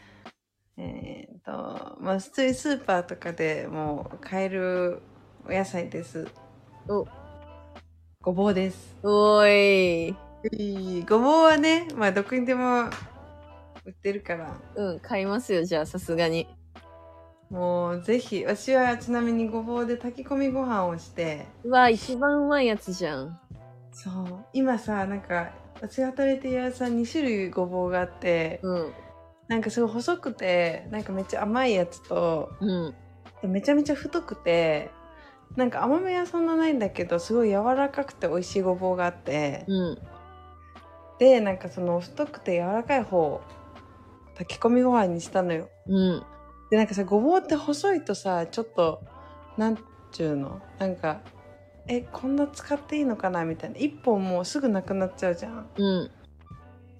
[SPEAKER 1] えっ、と、まあ、普通にスーパーとかでもう買えるお野菜です。
[SPEAKER 2] お
[SPEAKER 1] ごぼうです。
[SPEAKER 2] おーい。
[SPEAKER 1] ごぼうはね、まあ、どこにでも売ってるから、
[SPEAKER 2] うん、買いますよ。じゃあ、さすがに。
[SPEAKER 1] もうぜひ、私はちなみにごぼうで炊き込みご飯をして、
[SPEAKER 2] うわ、一番うまいやつじゃん。
[SPEAKER 1] そう、今さ、なんか、私が働いてる野菜2種類ごぼうがあって、
[SPEAKER 2] うん、
[SPEAKER 1] なんかすごい細くて、なんかめっちゃ甘いやつと、
[SPEAKER 2] うん、
[SPEAKER 1] めちゃめちゃ太くてなんか甘めはそんなないんだけどすごい柔らかくて美味しいごぼうがあって、
[SPEAKER 2] うん、
[SPEAKER 1] でなんかその太くて柔らかい方を炊き込みご飯にしたのよ
[SPEAKER 2] うん、
[SPEAKER 1] でなんかさごぼうって細いとさちょっとなんちゅうのなんかえこんな使っていいのかなみたいな一本もうすぐなくなっちゃうじゃん
[SPEAKER 2] うん、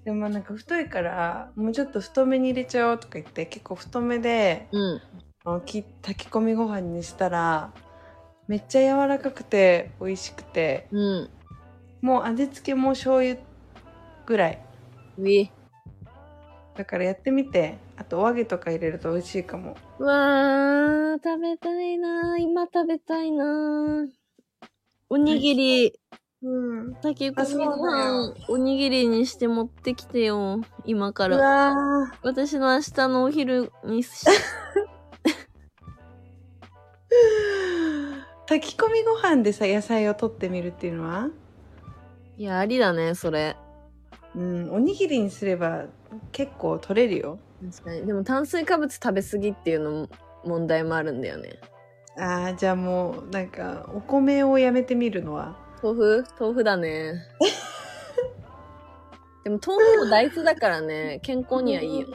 [SPEAKER 1] でもまあなんか太いからもうちょっと太めに入れちゃおうとか言って結構太めで
[SPEAKER 2] うん。
[SPEAKER 1] あのき炊き込みご飯にしたらめっちゃ柔らかくて美味しくて
[SPEAKER 2] うん
[SPEAKER 1] もう味付けも醤油ぐらいう
[SPEAKER 2] い。
[SPEAKER 1] だからやってみてあとお揚げとか入れると美味しいかも
[SPEAKER 2] うわー、食べたいなー。今食べたいなー。おにぎり。
[SPEAKER 1] うんう
[SPEAKER 2] 炊き
[SPEAKER 1] あ
[SPEAKER 2] 込
[SPEAKER 1] そう
[SPEAKER 2] み
[SPEAKER 1] だ
[SPEAKER 2] ご飯
[SPEAKER 1] よ
[SPEAKER 2] おにぎりにして持ってきてよ今から
[SPEAKER 1] わー
[SPEAKER 2] 私の明日のお昼に し
[SPEAKER 1] 炊き込みご飯でさ野菜を取ってみるっていうのはい
[SPEAKER 2] やありだねそれ
[SPEAKER 1] うんおにぎりにすれば結構取れるよ
[SPEAKER 2] 確かにでも炭水化物食べ過ぎっていうのも問題もあるんだよね
[SPEAKER 1] あーじゃあもうなんかお米をやめてみるのは
[SPEAKER 2] 豆腐豆腐だ ねでも豆腐も大豆だからね健康にはいいよね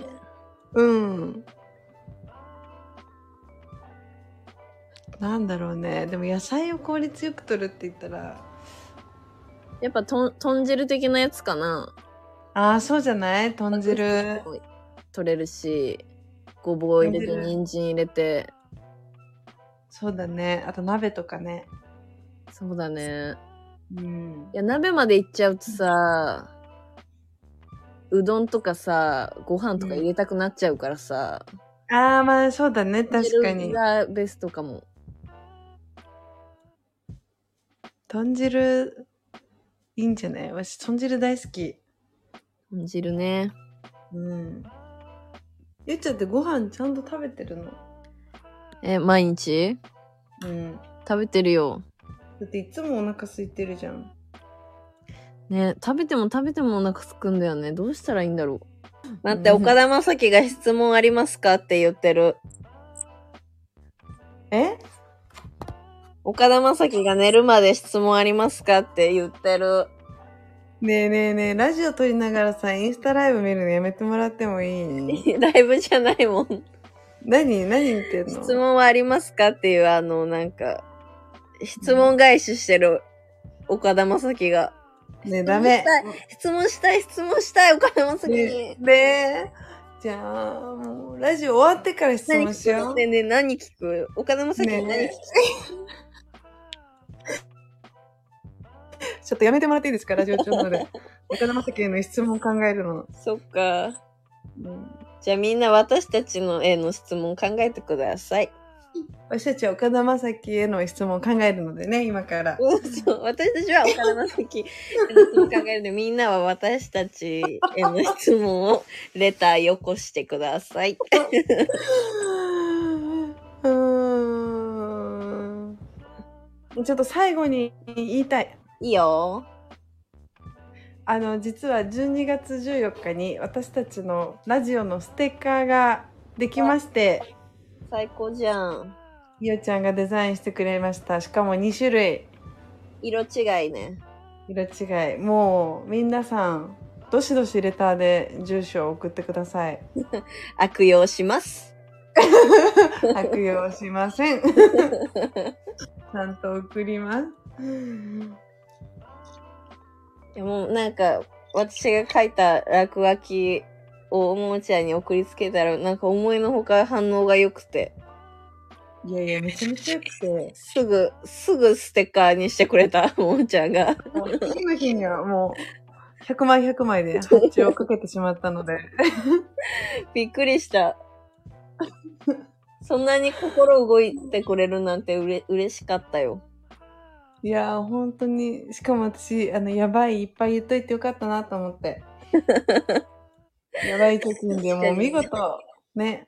[SPEAKER 1] うん。なんだろうね。でも野菜を効率よく取るって言ったら、
[SPEAKER 2] いやっぱとん豚汁的なやつかな
[SPEAKER 1] ああ、そうじゃない豚汁。
[SPEAKER 2] 取れるしごぼう入れて
[SPEAKER 1] 豚汁
[SPEAKER 2] 人参入れて
[SPEAKER 1] そうだね。あと鍋とかね。
[SPEAKER 2] そうだね
[SPEAKER 1] うん
[SPEAKER 2] い。や鍋までいっちゃうとさうどんとかさご飯とか入れたくなっちゃうからさ、
[SPEAKER 1] ああ、まあそうだね。確か
[SPEAKER 2] 豚汁
[SPEAKER 1] に。
[SPEAKER 2] がベストかも
[SPEAKER 1] 豚汁、いいんじゃない私、豚汁大好き。
[SPEAKER 2] 豚汁ね
[SPEAKER 1] うん。ゆっちゃんってご飯ちゃんと食べてるの
[SPEAKER 2] え毎日
[SPEAKER 1] うん。
[SPEAKER 2] 食べてるよ
[SPEAKER 1] だっていつもお腹空いてるじゃん。
[SPEAKER 2] ね食べても食べてもお腹すくんだよねどうしたらいいんだろう待って
[SPEAKER 1] うん
[SPEAKER 2] 岡田将生が質問ありますかって言ってる
[SPEAKER 1] え
[SPEAKER 2] 岡田将生が寝るまで質問ありますかって言ってる
[SPEAKER 1] ねえねえねえ、ラジオ撮りながらさ、インスタライブ見るのやめてもらってもい い
[SPEAKER 2] ライブじゃないもん
[SPEAKER 1] 何何言ってんの
[SPEAKER 2] 質問はありますかっていうあのなんか質問返ししてる岡田将生が
[SPEAKER 1] ねえ、ダメ。
[SPEAKER 2] 質問したい質問したい岡田将生に、
[SPEAKER 1] ねで、じゃあ、もう、ラジオ終わってから質
[SPEAKER 2] 何
[SPEAKER 1] 問し
[SPEAKER 2] 聞
[SPEAKER 1] よ
[SPEAKER 2] く
[SPEAKER 1] う。
[SPEAKER 2] ねえねえ何聞く岡田将生に何聞
[SPEAKER 1] ね
[SPEAKER 2] く
[SPEAKER 1] ちょっとやめてもらっていいですかラジオ中な ので。岡田将生への質問考えるの。
[SPEAKER 2] そっか
[SPEAKER 1] うん
[SPEAKER 2] じゃあみんな私たちのへの質問考えてください。
[SPEAKER 1] 私たちは岡田将生への質問を考えるのでね、今から。
[SPEAKER 2] そう私たちは岡田将生への質問考えるのでみんなは私たちへの質問をレターよこしてください。
[SPEAKER 1] うーん。ちょっと最後に言いたい。
[SPEAKER 2] いいよ。
[SPEAKER 1] あの、実は12月14日に私たちのラジオのステッカーができまして、
[SPEAKER 2] 最高じゃん。
[SPEAKER 1] いおちゃんがデザインしてくれました。しかも2種類。
[SPEAKER 2] 色違いね。
[SPEAKER 1] 色違いもう皆さんどしどしレターで住所を送ってください
[SPEAKER 2] 悪用します。
[SPEAKER 1] 悪用しませんちゃんと送ります
[SPEAKER 2] いやもうなんか私が書いた落書きをおもちゃんに送りつけたらなんか思いのほか反応が良くて
[SPEAKER 1] いやいやめちゃめちゃよくて
[SPEAKER 2] すぐすぐステッカーにしてくれ たおもちゃんが。
[SPEAKER 1] もう次の日にはもう100枚100枚で発注をかけてしまったので
[SPEAKER 2] びっくりした。そんなに心動いてくれるなんてうれ嬉しかったよ。
[SPEAKER 1] いやー本当にしかも私あのやばいいっぱい言っといてよかったなと思って やばい時にでもう見事ね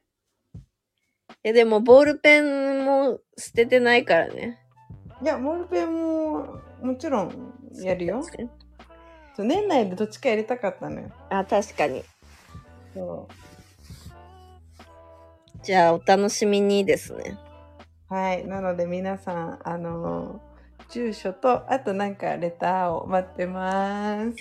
[SPEAKER 2] え、でもボールペンも捨ててないからね。
[SPEAKER 1] いやモールペンももちろんやるよそう年内でどっちかやりたかったのよ。
[SPEAKER 2] あ、確かに。
[SPEAKER 1] そ
[SPEAKER 2] じゃあお楽しみにですね。
[SPEAKER 1] うはい。なので皆さん、あのー住所と、あとなんかレターを待って ます。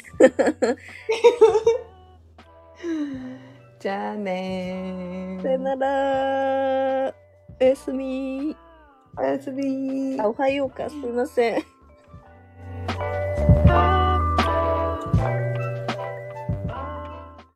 [SPEAKER 1] じゃあねー。
[SPEAKER 2] さよならおやすみ
[SPEAKER 1] おやすみ
[SPEAKER 2] あ、おはようか。すいません。